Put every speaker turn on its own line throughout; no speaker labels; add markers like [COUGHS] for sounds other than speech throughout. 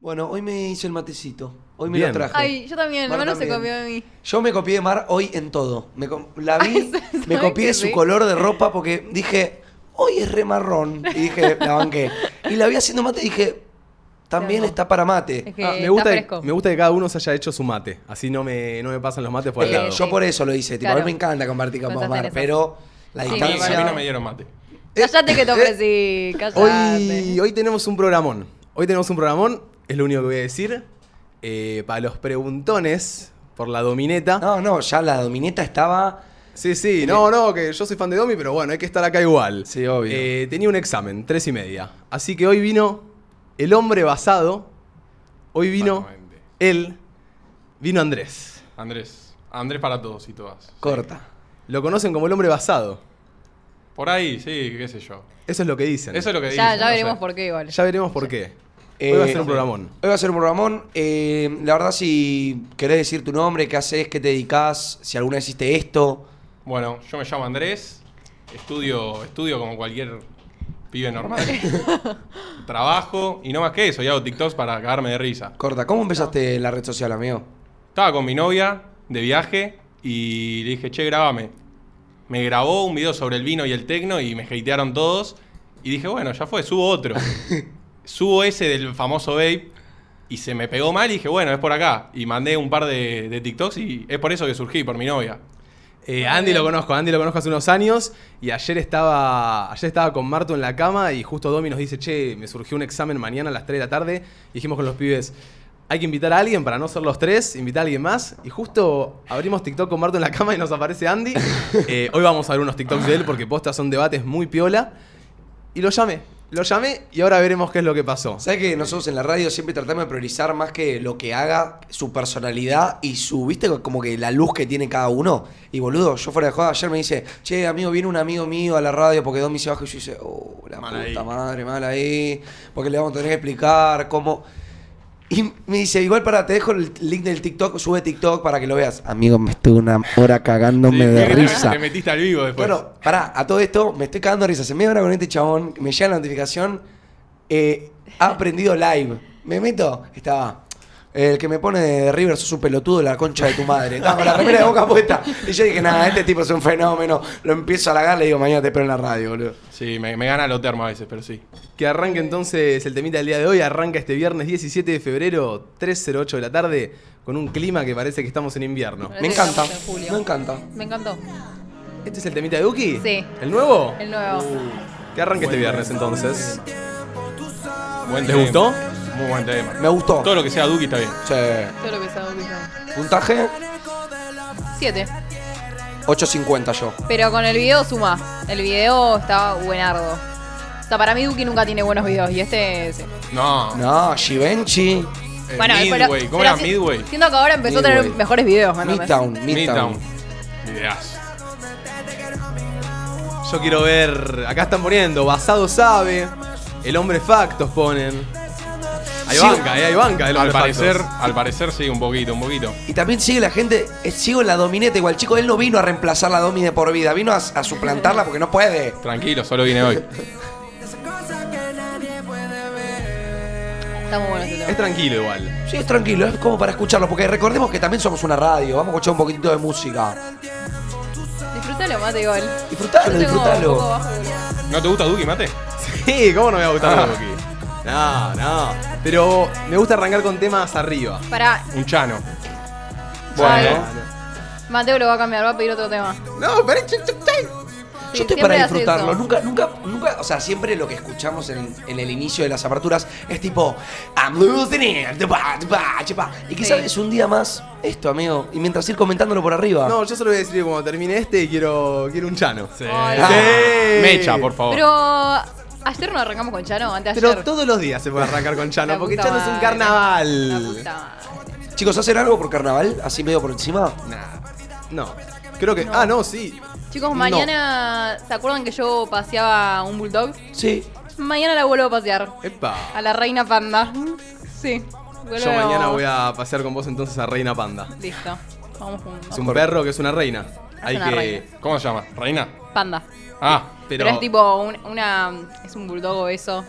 Bueno, hoy me hice el matecito. Hoy me
Bien.
lo traje.
Ay, yo también,
Mar
Mar no se
también.
copió de mí.
Yo me copié de Mar hoy en todo. Me com- la
[LAUGHS]
vi,
¿Sabes
me copié
que
su
sí?
color de ropa porque dije, hoy es re marrón. Y dije, la banqué. Y la vi haciendo mate y dije, también
Te amo.
está para mate.
Es que
Ah, me,
está
gusta que,
fresco.
me gusta que cada uno se haya hecho su mate. Así no me, no me pasan los mates por
Es
el
que
lado.
yo por eso lo hice. Tipo, A mí
Claro.
me encanta compartir con vos,
Cosas
Mar,
de esas.
pero la
Sí,
A mí,
Distancia.
a mí no me dieron mate.
Cállate que te ofrecí,
Hoy,
cállate.
hoy tenemos un programón. Hoy tenemos un programón, es lo único que voy a decir. Eh, para los preguntones por la domineta.
No, no, ya la domineta estaba.
Sí, sí, no, no, que yo soy fan de Domi, pero bueno, hay que estar acá igual.
Sí, obvio.
Eh, tenía un examen, tres y media. Así que hoy vino el hombre basado. Hoy vino
Exactamente.
él. Vino Andrés.
Andrés. Andrés para todos y todas.
Corta.
Lo conocen como el hombre basado.
Por ahí, sí, qué sé yo.
Eso es lo que dicen.
Eso es lo que dicen.
Ya, ya
no
veremos
sé.
por qué igual.
Ya veremos por qué. Hoy va a ser un
Eh,
programón.
Hoy va a ser un programón. Eh, la verdad, si querés decir tu nombre, qué haces, qué te dedicas, si alguna vez hiciste esto.
Bueno, yo me llamo Andrés. Estudio, estudio como cualquier pibe
[LAUGHS]
normal. Trabajo y no más que eso. Y hago TikToks para cagarme de risa.
Corta, ¿cómo empezaste la red social, amigo?
Estaba con mi novia de viaje y le dije, che, grabame. Me grabó un video sobre el vino y el tecno y me hatearon todos. Y dije, bueno, ya fue,
[LAUGHS]
subo otro. subo ese del famoso vape y se me pegó mal y dije, bueno, es por acá. Y mandé un par de, de TikToks y es por eso que surgí, por mi novia.
Eh, Andy lo conozco, Andy lo conozco hace unos años y ayer estaba, ayer estaba con Marto en la cama y justo Domi nos dice, che, me surgió un examen mañana a las 3 de la tarde. Y dijimos con los pibes, hay que invitar a alguien para no ser los tres, invitar a alguien más. Y justo abrimos TikTok con Marto en la cama y nos aparece [LAUGHS] Andy. Eh, hoy vamos a ver unos TikToks de él porque postas son debates muy piola. Y lo llamé, lo llamé y ahora veremos qué es lo que pasó.
¿Sabes que nosotros en la radio siempre tratamos de priorizar más que lo que haga, su personalidad y su, viste, como que la luz que tiene cada uno? Y boludo, yo fuera de joda ayer me dice, che, amigo, viene un amigo mío a la radio porque Domi se baja y yo dice, oh, la
Mal
puta
ahí.
madre, mal ahí, porque le vamos a tener que explicar cómo. Y me dice, igual para, te dejo el link del TikTok, sube TikTok para que lo veas. Amigo, me estuve una hora cagándome
Sí,
de
te-
risa.
Te metiste al vivo después.
Bueno, pará, a todo esto me estoy cagando de risa. Se me hora con este chabón, me llega la notificación, eh, ha aprendido live. Me meto, estaba. El que me pone de River sos un pelotudo, la concha de tu madre. Estaba con la remera de boca puesta. Y yo dije, nada, este tipo es un fenómeno. Lo empiezo a halagar, le digo, mañana te espero en la radio, boludo.
Sí, me, me gana lo termo a veces, pero sí.
Que arranque entonces el temita del día de hoy. Arranca este viernes 17 de febrero, 3.08 de la tarde, con un clima que parece que estamos en invierno.
Parece
Me
que
encanta,
estamos en julio.
me encanta.
Me encantó.
¿Este es el temita de Uki?
Sí.
¿El nuevo?
El nuevo.
Que arranque este viernes entonces.
Buen
¿Te
tema.
gustó?
Muy buen tema.
Me gustó.
Todo lo que sea Duki está bien.
Sí.
Yo lo que estaba ubicado.
Puntaje
Siete.
8.50 yo.
Pero con el video suma. El video está buenardo. O sea, para mí Duki nunca tiene buenos videos y este sí.
No.
No, Givenchy,
Eh,
pero-
Midway. ¿Cómo
pero
era
si-
Midway?
Siento que ahora empezó a tener
Midway.
mejores videos, ¿me entendés?
Midtown,
Midtown.
Midtown.
Ideas.
Yo quiero ver. Acá están poniendo. Basado sabe. El hombre factos ponen. Hay
Sí.
banca, eh, hay banca. El
al
hombre
parecer,
factos.
al parecer sí, un poquito, un poquito.
Y también sigue la gente, eh, sigo en la domineta igual, chico, él no vino a reemplazar la domi de por vida, vino a, a suplantarla porque no puede.
Tranquilo, solo vine hoy.
Está muy bueno
[LAUGHS]
este
Es
tema.
tranquilo igual.
Sí, es tranquilo, es como para escucharlo, porque recordemos que también somos una radio, vamos a escuchar un poquitito de música.
Disfrútalo, mate igual.
Disfrutalo,
Yo tengo un poco
disfrutalo.
bajo, pero-
¿No te gusta Duki, mate?
[LAUGHS] Sí, ¿cómo no me va a gustar
Ah.
Duki? No, no. Pero me gusta arrancar con temas arriba.
Pará,
Un chano.
Bueno.
¿Eh?
Mateo lo va a cambiar, va a pedir otro tema.
No, pero.
Sí,
Yo estoy
siempre
para
hace
disfrutarlo,
eso.
nunca, nunca, nunca, o sea, siempre lo que escuchamos en, en el inicio de las aperturas es tipo, I'm losing it, "Ah, tupa, tupa, chupa". y quizás
Sí.
es un día más esto, amigo, y mientras ir comentándolo por
Ah.
arriba.
No, yo solo voy a decir que cuando termine este quiero, quiero un chano. Sí.
Hola.
Mecha, por favor.
Pero ayer no arrancamos con Chano, antes de
Pero
ayer.
todos los días se puede arrancar con
[LAUGHS]
Chano,
La
porque
puta
Chano es un
madre. La
carnaval.
puta madre.
Chicos, ¿hacen algo por carnaval? Así medio por encima.
Nah, no. Creo que. Ah, no, sí.
Chicos,
No.
mañana, ¿se acuerdan que yo paseaba un bulldog?
Sí.
Mañana la vuelvo a pasear.
Epa.
A la reina panda. Sí. vuelvo-
Yo mañana voy a pasear con vos entonces a Reina Panda.
Listo. Vamos
Es
juntos.
un perro que es una reina.
Es
Hay
una
que.
reina.
¿Cómo se llama? ¿Reina?
Panda.
Ah,
Pero,
Pero.
es tipo un- una. Es un bulldog eso.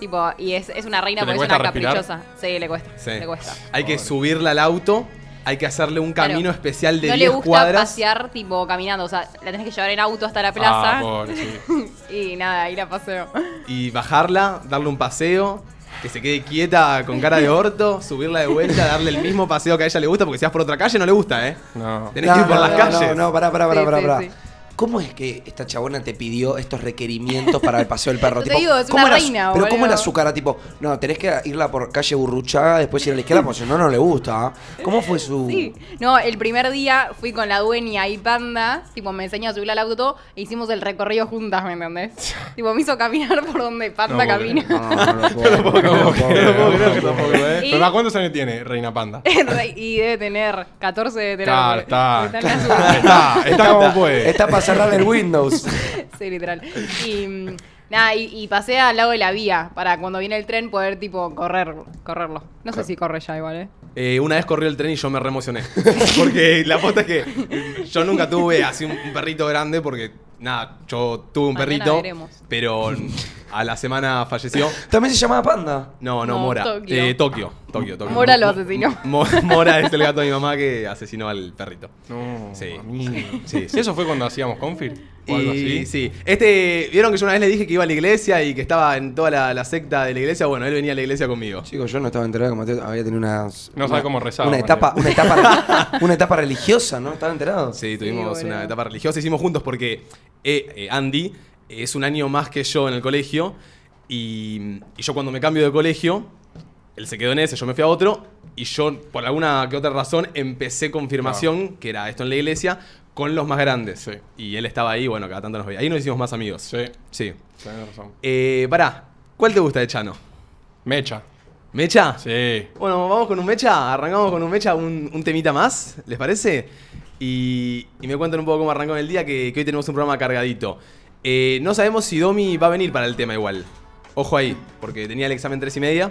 Tipo, y es, es una reina
¿Que le
porque es una
cuesta respirar?
caprichosa. Sí, le cuesta.
Sí.
Le cuesta.
Hay que subirla al auto, hay que hacerle un
Claro.
camino especial de
no le
10
gusta
cuadras.
pasear tipo caminando, o sea, la tenés que llevar en auto hasta la
Ah,
plaza
pobre, sí.
y nada, ir a paseo.
y bajarla, darle un paseo, que se quede quieta con cara de orto, [LAUGHS] subirla de vuelta, darle el mismo paseo que a ella le gusta, porque si vas por otra calle no le gusta, ¿eh?
[LAUGHS]
No.
Tenés que ir por las calles.
No, no, pará, pará, pará,
Sí,
pará,
sí,
pará.
sí.
¿Cómo es que esta chabona te pidió estos requerimientos para el
[LAUGHS]
paseo del perro?
Yo te digo, es
¿cómo
una
era su-
reina,
Pero ¿cómo
boludo.
era su cara? Tipo, no, tenés que irla por calle Burruchaga, después ir a la izquierda, porque si no, no le gusta. ¿ah? ¿Cómo fue su...?
Sí. No, el primer día fui con la dueña y Panda, tipo, me enseñó a subir al auto e hicimos el recorrido juntas, ¿me entendés? tipo, me hizo caminar por donde Panda
No, pobre.
camina. [LAUGHS]
no
No, no,
puedo
no,
creer,
tampoco, ¿eh?
Y-
Pero ¿a ¿cuántos años tiene Reina
[LAUGHS]
Panda?
y debe tener 14 de tener.
Claro,
porque-
está.
porque en la
[LAUGHS]
suya.
Está, está como puede.
Está para cerrar
[LAUGHS]
el Windows.
Sí, literal. Y mm, nada, y, y pasé al lado de la vía para cuando viene el tren poder tipo correr, correrlo. No sé si corre ya igual, eh.
Eh, una vez corrió el tren y yo me reemocioné. [LAUGHS] Porque la posta es que yo nunca tuve así un, un perrito grande porque, nada, yo tuve un
Mañana
perrito,
veremos.
pero a la semana falleció.
También se llamaba Panda.
No, no,
No,
Mora.
Tokio.
Eh, Tokio. Tokio, Tokio.
Mora lo
Mo-
asesinó.
[LAUGHS] Mo- Mora es el gato de mi mamá que asesinó al perrito.
No,
Sí.
amigo.
Sí, sí.
Eso fue cuando hacíamos Confir. O algo
Y,
así.
sí, este, vieron que yo una vez le dije que iba a la iglesia y que estaba en toda la, la secta de la iglesia. Bueno, él venía a la iglesia conmigo.
Chicos, yo no estaba enterado que Mateo había tenido unas- una...
No sabe cómo rezaba,
Una
Mateo.
etapa, una etapa, [LAUGHS] una etapa religiosa, ¿no? ¿Estaba enterado?
Sí, tuvimos
boludo.
una etapa religiosa, hicimos juntos porque eh, eh, Andy es un año más que yo en el colegio y, y yo cuando me cambio de colegio, él se quedó en ese, yo me fui a otro y yo por alguna que otra razón empecé confirmación, que era esto en la iglesia, con los más grandes.
Sí.
Y él estaba ahí, bueno, cada tanto nos veía. Ahí nos hicimos más amigos.
Sí,
Sí.
tenés razón.
Eh, pará, ¿cuál te gusta de Chano?
Mecha.
¿Mecha?
Sí.
Bueno, vamos con un mecha, arrancamos con un mecha, un, un temita más, ¿les parece? Y, y me cuentan un poco cómo arrancó el día, que, que hoy tenemos un programa cargadito. Eh, no sabemos si Domi va a venir para el tema igual. Ojo ahí, porque tenía el examen 3 y media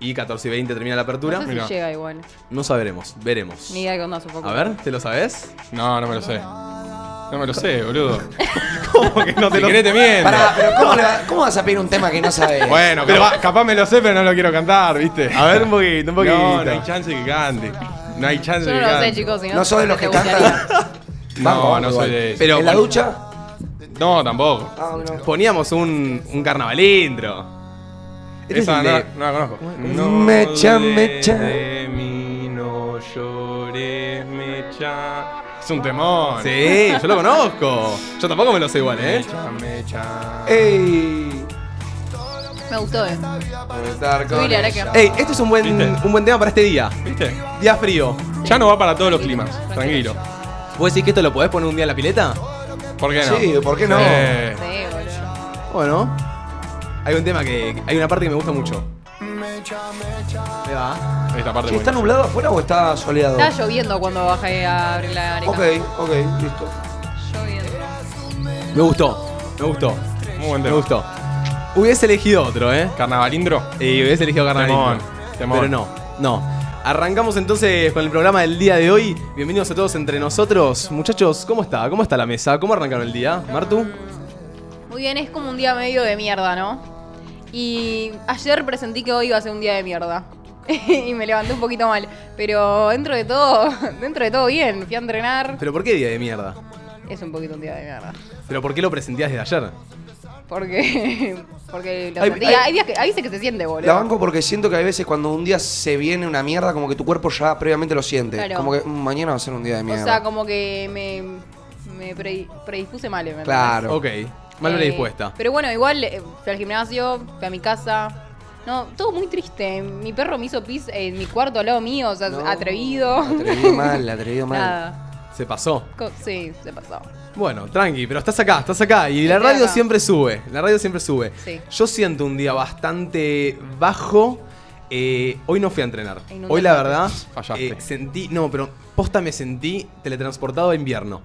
y 14 y 20 termina la apertura.
No sé
Mira.
si llega igual.
No saberemos, veremos.
Ni idea de cuándo hace poco.
A ver, ¿te lo sabes?
No, no me lo sé. No me lo sé, [LAUGHS] boludo.
¿Cómo que no
Si querés te miento.
Pará, pero ¿cómo, le va- cómo vas a pedir un tema que no sabes?
Bueno, capaz, capaz me lo sé, pero no lo quiero cantar, ¿viste?
A ver, un poquito, un poquito.
No, no hay chance que cante. No hay chance
Yo no
que
lo
cante.
sé, chicos. Si no,
no soy de los que
te gustaría.
cantan.
No, no soy
igual.
de eso.
Pero
¿En la
bueno.
ducha?
No, tampoco.
Ah, no.
Poníamos un, un carnaval intro. Este es
Esa
el
no,
de-
la- no la conozco.
No Mecha, dudes mecha. de
mí, no llores, mecha. Es un temón.
Sí, yo lo conozco. Yo tampoco me lo sé igual, ¿eh?
Mecha, mecha.
¡Ey!
Me gustó, eh.
con
Uy, la verdad que-
Ey, este es un buen,
¿Viste?
un buen tema para este día.
¿Viste?
Día frío.
Ya no va para todos los climas, tranquilo.
¿Vos decís que esto lo podés poner un día en la pileta?
¿Por qué no?
Sí, ¿por qué no?
Eh,
Sí, boludo.
Bueno. Hay un tema que. Hay una parte que me gusta mucho. Ahí va.
esta parte
Che, ¿Está
buena.
nublado afuera o está soleado?
Estaba lloviendo cuando bajé a abrir la areca.
Ok, ok, listo.
Lloviendo.
Me gustó. Me gustó.
Muy buen
Me
tema.
gustó. Hubiese elegido otro, ¿eh?
Carnavalindro.
Y hubiese elegido Carnaval.
Temón, temón.
Pero no, no. Arrancamos entonces con el programa del día de hoy. Bienvenidos a todos entre nosotros. Muchachos, ¿cómo está? ¿Cómo está la mesa? ¿Cómo arrancaron el día? ¿Martu?
Muy bien, es como un día medio de mierda, ¿no? Y ayer presentí que hoy iba a ser un día de mierda. [LAUGHS] y me levanté un poquito mal. Pero dentro de todo, [LAUGHS] dentro de todo bien. Fui a entrenar.
¿Pero por qué día de mierda?
Es un poquito un día de mierda.
¿Pero por qué lo presentías desde ayer?
Porque. [LAUGHS] Porque lo
Ay,
sentí.
ay.
Hay, días que, hay veces que se siente, boludo.
La banco porque siento que hay veces cuando un día se viene una mierda, como que tu cuerpo ya previamente lo siente.
Claro.
Como que mm, mañana va a ser un día de
o
mierda.
sea, como que me, me pre- predispuse mal. ¿me
Claro.
Ok, mal
Eh,
predispuesta.
Pero bueno, igual eh, fui al gimnasio, fui a mi casa. No, todo muy triste. Mi perro me hizo pis en mi cuarto al lado mío, o sea,
No,
atrevido.
Atrevido mal, atrevido
[LAUGHS]
mal.
Nada.
Se pasó.
Co- sí, se pasó.
Bueno, tranqui, pero estás acá, estás acá. Y la
Estoy
radio
acá.
siempre sube, la radio siempre sube.
Sí.
Yo siento un día bastante bajo. eh, hoy no fui a entrenar.
Inundaste.
Hoy la verdad,
Fallaste.
eh, sentí, no, pero posta me sentí teletransportado a invierno.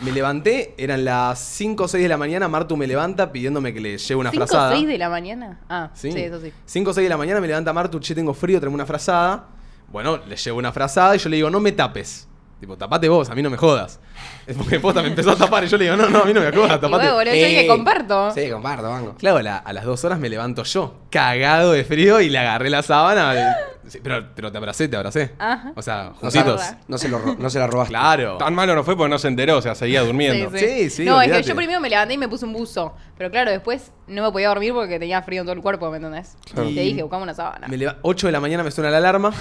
Me levanté, eran las 5 o 6 de la mañana, Martu me levanta pidiéndome que le lleve una
¿Cinco o
frazada.
seis de la mañana? Ah, sí, eso sí.
5 o 6 de la mañana me levanta Martu, che, tengo frío, tráeme una frazada. Bueno, le llevo una frazada y yo le digo, no me tapes. Tipo, tapate vos, a mí no me jodas. [LAUGHS] Es porque posta me empezó a tapar y yo le digo, no, no, a mí no me jodas,
Y bueno,
tapate.
boludo, yo que comparto.
Sí, comparto, banco.
Claro, la- a las dos horas me levanto yo, cagado de frío, y le agarré la sábana. eh, sí, pero, pero te abracé, te abracé.
Ajá.
O sea,
No se,
juntitos.
Barra.
no se lo ro- no se la robaste.
Claro.
Tan malo no fue porque no se enteró, o sea, seguía durmiendo.
Oh. Sí, sí,
No, es que
olvídate.
yo primero me levanté y me puse un buzo. Pero claro, después no me podía dormir porque tenía frío en todo el cuerpo, ¿me entendés?
Claro.
Y te dije, buscamos una sábana.
Me leva- 8 de la mañana me suena la alarma,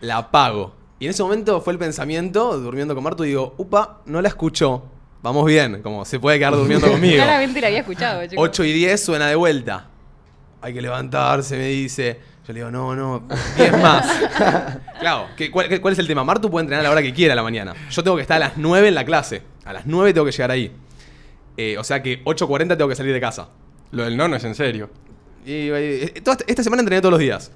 la apago. Y en ese momento fue el pensamiento, durmiendo con Martu, digo, upa, no la escucho. Vamos bien, como se puede quedar durmiendo conmigo.
Claramente la
[LAUGHS]
había escuchado, chicos.
8 y 10 suena de vuelta. Hay que levantarse, me dice. Yo le digo, no, no, 10 más. claro, ¿qué- cuál, qué- cuál es el tema? Martu puede entrenar a la hora que quiera a la mañana. Yo tengo que estar a las 9 en la clase. A las 9 tengo que llegar ahí. Eh, o sea que 8.40 tengo que salir de casa.
Lo del no no es en serio.
Y, eh, toda esta- esta semana entrené todos los días.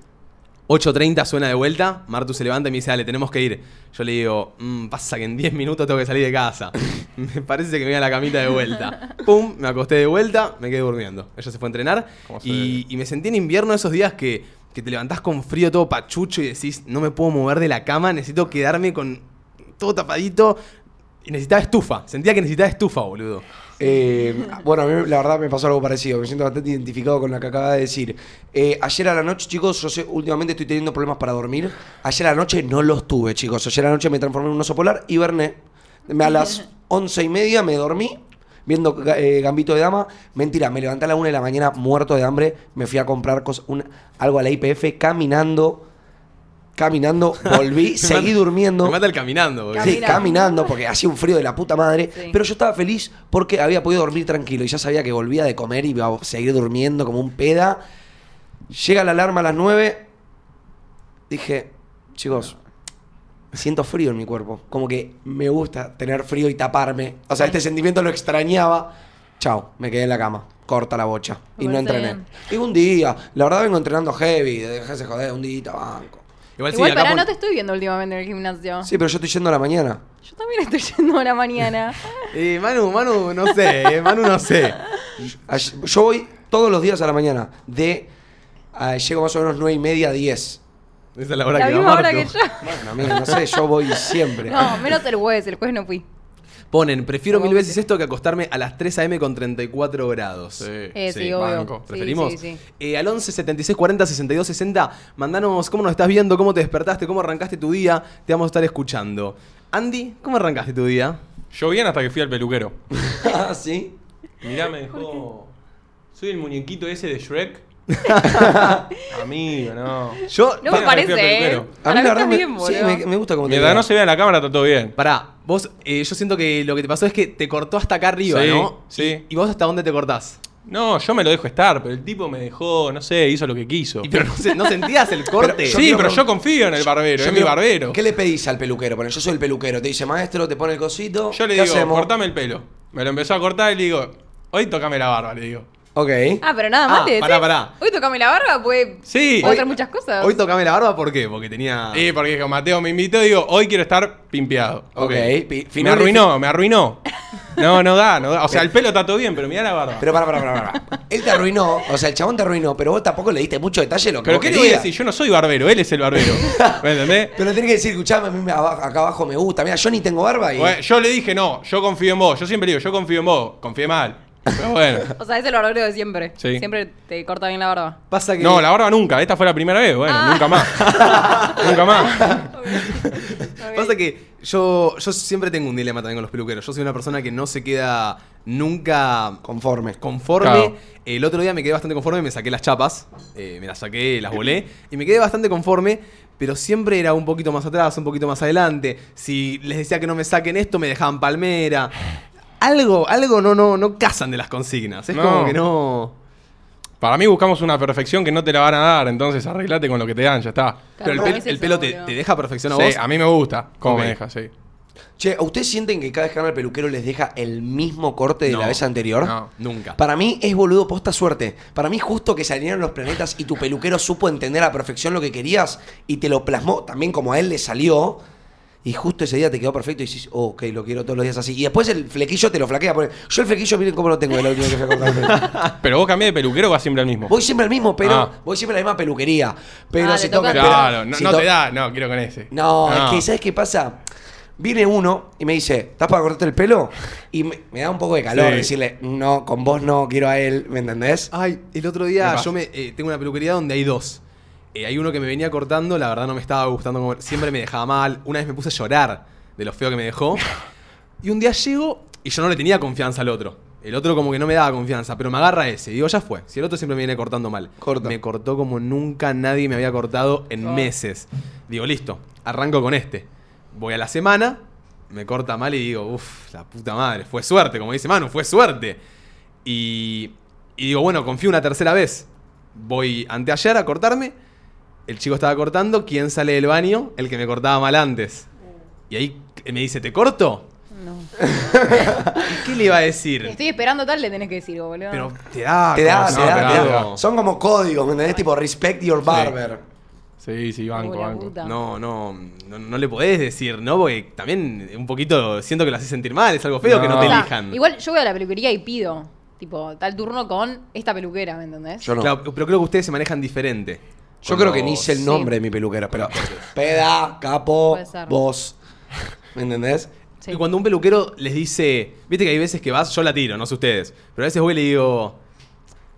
8.30 suena de vuelta, Martu se levanta y me dice, dale, tenemos que ir. Yo le digo, "Mm, pasa que en 10 minutos tengo que salir de casa. me parece que me voy a la camita de vuelta. Pum, me acosté de vuelta, me quedé durmiendo. Ella se fue a entrenar
¿Cómo se
y, y me sentí en invierno esos días que, que te levantás con frío todo pachucho y decís, no me puedo mover de la cama, necesito quedarme con todo tapadito. Y necesitaba estufa, sentía que necesitaba estufa, boludo.
Eh, bueno, a mí la verdad me pasó algo parecido. Me siento bastante identificado con lo que acaba de decir. Eh, ayer a la noche, chicos, yo sé- últimamente estoy teniendo problemas para dormir. Ayer a la noche no los tuve, chicos. Ayer a la noche me transformé en un oso polar y verné. A
[LAUGHS]
las once y media me dormí viendo ga- eh, Gambito de Dama. Mentira, me levanté a la una de la mañana muerto de hambre. Me fui a comprar cos- un- algo a la IPF caminando.
[LAUGHS]
Caminando, volví, seguí durmiendo.
Me mata el caminando, boludo.
Sí,
Caminando.
caminando, porque hacía un frío de la puta madre.
Sí.
Pero yo estaba feliz porque había podido dormir tranquilo y ya sabía que volvía de comer y iba a seguir durmiendo como un peda. Llega la alarma a las 9. Dije, chicos, siento frío en mi cuerpo. Como que me gusta tener frío y taparme. O sea, este sentimiento lo extrañaba. Chao, me quedé en la cama. Corta la bocha. Y
Me
no
parece
entrené.
bien.
Y un día, la verdad vengo entrenando heavy, déjese joder, un día, banco.
Igual,
Igual,
acá
pará,
pon-
no te estoy viendo últimamente en el gimnasio.
Sí, pero yo estoy yendo a la mañana.
Yo también estoy [LAUGHS] yendo a la mañana.
Eh, Manu, Manu, no sé, eh, Manu, no sé.
Ay- Yo voy todos los días a la mañana. De. ah, llego más o menos 9 y media, 10.
Esa es la hora
la
que
misma
va
hora que
Martu.
yo.
Bueno, amigo, no sé, yo voy
[LAUGHS]
siempre.
[LAUGHS] No, menos el jueves, el jueves no fui.
Ponen, prefiero mil
Obvio.
veces esto que acostarme a las 3 a.m. con 34 grados.
Eh, sí, obvio.
banco.
Sí,
¿Preferimos?
sí,
[LAUGHS]
sí.
Eh, al 11 76 40 62 60, mandanos cómo nos estás viendo, cómo te despertaste, cómo arrancaste tu día. Te vamos a estar escuchando. Andy, ¿cómo arrancaste tu día?
Yo bien hasta que fui al peluquero.
Ah, sí.
Mirá, me dejó. Soy el muñequito ese de Shrek. Amigo, no.
Yo,
No
Para
me
mí
parece,
no me fui al
¿eh?
peluquero.
A
Para
mí, la
está
verdad. Me,
bien,
sí,
boludo.
me, me gusta como te
Mientras
queda.
no se vea en la cámara, está todo bien.
pará, vos, eh, yo siento que lo que te pasó es que te cortó hasta acá arriba,
Sí,
¿no?
sí.
¿Y vos hasta dónde te cortás?
No, yo me lo dejo estar, pero el tipo me dejó, no sé, hizo lo que quiso.
Y pero no, se- no sentías el corte.
Pero yo
sí,
quiero
pero
pregun-
yo confío en el barbero,
Yo
es mi
creo-
barbero.
¿Qué le pedís al peluquero? Bueno, yo soy el peluquero. Te dice, maestro, te pone el cosito.
Yo le
¿qué
digo,
hacemos?
cortame el pelo. Me lo empezó a cortar y le digo, hoy tocame la barba, le digo.
Ok.
Ah, pero nada más
Ah,
te decís.
pará, pará.
Hoy tocame la barba, pues.
Sí.
Puede
Hoy-
hacer muchas cosas.
Hoy tocame la barba, ¿por qué? Porque tenía.
Sí, porque con Mateo me invitó y digo, hoy quiero estar pimpeado.
Ok. Pi-
Me
final-
arruinó, me arruinó. No, no da, no da. O sea, el pelo está todo bien, pero mirá la barba.
Pero para, para, para, Él te arruinó, o sea, el chabón te arruinó, pero vos tampoco le diste mucho detalle de lo que
Pero
vos
¿qué le voy a
querías.
decir? Yo no soy barbero, él es el barbero. ¿Me entendés?
Pero le tenés que decir, escuchame, a mí me abajo- acá abajo me gusta. Mira, yo ni tengo barba y.
Bueno, yo le dije, no, yo confío en vos. Yo siempre digo, yo confío en vos. Confié mal. Pero bueno.
O sea, es el barbero de siempre.
Sí.
Siempre te corta bien
[LAUGHS]
la barba.
Pasa que.
No, la barba nunca. Esta fue la primera vez. Bueno,
Ah.
nunca más. nunca más.
Pasa que yo, yo siempre tengo un dilema también con los peluqueros. Yo soy una persona que no se queda nunca
Conforme.
conforme.
Claro.
El otro día me quedé bastante conforme, me saqué las chapas, eh, me las saqué, las volé, y me quedé bastante conforme, pero siempre era un poquito más atrás, un poquito más adelante. Si les decía que no me saquen esto, me dejaban palmera. Algo, algo no, no, no casan de las consignas. Es
No.
como que no.
Para mí buscamos una perfección que no te la van a dar. Entonces arreglate con lo que te dan, ya está.
Pero el,
Claro,
pel-
es
el
eso,
pelo te,
boludo.
te deja perfección a
Sí,
vos.
a mí me gusta cómo
Ok.
me deja, sí.
Che, ¿a ¿ustedes sienten que cada vez que van al peluquero les deja el mismo corte de
No,
la vez anterior?
no.
Nunca.
Para mí es boludo posta suerte. Para mí justo que se alinearon los planetas y tu peluquero supo entender a perfección lo que querías y te lo plasmó también como a él le salió. Y justo ese día te quedó perfecto y dices, oh, ok, lo quiero todos los días así. Y después el flequillo te lo flaquea. porque Yo el flequillo, miren cómo lo tengo de la última vez que fui a cortarme el
[LAUGHS]
pelo.
Pero vos cambiás de peluquero o vas siempre al mismo.
Voy siempre al mismo, pero
Ah.
voy siempre a la misma peluquería. Pero
Ah,
si
le
toca
toca a ti.
esperar-
Claro, no,
si
no
to-
te da. No, quiero con ese.
No, es que ¿sabes qué pasa? Viene uno y me dice, ¿estás para cortarte el pelo? Y me, me da un poco de calor
Sí.
decirle, no, con vos no, quiero a él, ¿me entendés?
Ay, el otro
Me
día
pasa.
yo me, eh, tengo una peluquería donde hay dos. Eh, hay uno que me venía cortando, la verdad no me estaba gustando, como- siempre me dejaba mal. Una vez me puse a llorar de lo feo que me dejó. Y un día llego y yo no le tenía confianza al otro. El otro como que no me daba confianza, pero me agarra ese. Y digo, ya fue. Si el otro siempre me viene cortando mal.
Corta.
Me cortó como nunca nadie me había cortado en
Ah.
meses. Digo, listo, arranco con este. Voy a la semana, me corta mal y digo, uff, la puta madre, fue suerte, como dice Manu, fue suerte. Y, y digo, bueno, confío una tercera vez. Voy anteayer a cortarme. El chico estaba cortando. ¿Quién sale del baño? El que me cortaba mal antes. Y ahí eh, me dice, ¿te corto?
No.
¿Y ¿Qué le iba a decir?
Estoy esperando tal, le tenés que decir, boludo.
Pero te da.
te da,
cosa,
te da, te da.
boludo.
Son como códigos, ¿me entendés? Tipo, respect your barber.
Sí, sí, banco,
Oh, la
banco.
puta.
No, no, no, no le podés decir, ¿no? Porque también un poquito siento que lo haces sentir mal, es algo feo que no
No.
te
O sea,
elijan.
Igual yo voy a la peluquería y pido, tipo, tal turno con esta peluquera, ¿me entendés?
Yo no.
Claro, pero creo que ustedes se manejan diferente.
Yo
Con
creo que
los-
ni hice el nombre de
Sí.
mi peluquera, pero [LAUGHS] peda, capo,
Puede ser.
vos. ¿Me entendés?
Sí.
Y cuando un peluquero les dice, viste que hay veces que vas, yo la tiro, no sé ustedes, pero a veces voy y le digo,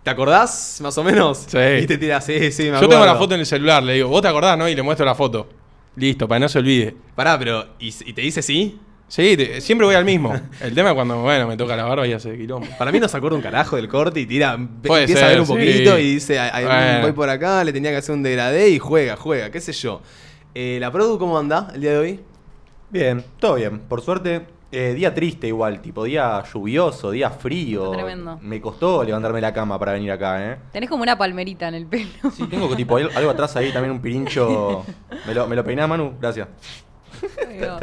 ¿te acordás más o menos?
Sí.
Y te tiras, sí, sí, me
Yo tengo
acuerdo".
la foto en el celular, le digo, ¿vos te acordás, no? Y le muestro la foto. Listo, para que no se olvide.
Pará, pero, ¿y, y te dice sí?
Sí, te- siempre voy al mismo. El tema es cuando, bueno, me toca la barba y hace quilombo.
Para mí no se acuerda un carajo del corte y tira,
Puede
empieza a ver
ser,
un
sí.
poquito y dice, "Ay, ay,
Bueno.
voy por acá, le tenía que hacer un degradé y juega, juega, qué sé yo. Eh, ¿La Produ cómo anda el día de hoy?
Bien, todo bien. Por suerte, eh, día triste igual, tipo día lluvioso, día frío.
Está tremendo.
Me costó levantarme la cama para venir acá, ¿eh?
Tenés como una palmerita en el pelo. [LAUGHS]
Sí, tengo tipo al- algo atrás ahí, también un pirincho. [LAUGHS] Me lo, me lo peiná, Manu, gracias.
Digo,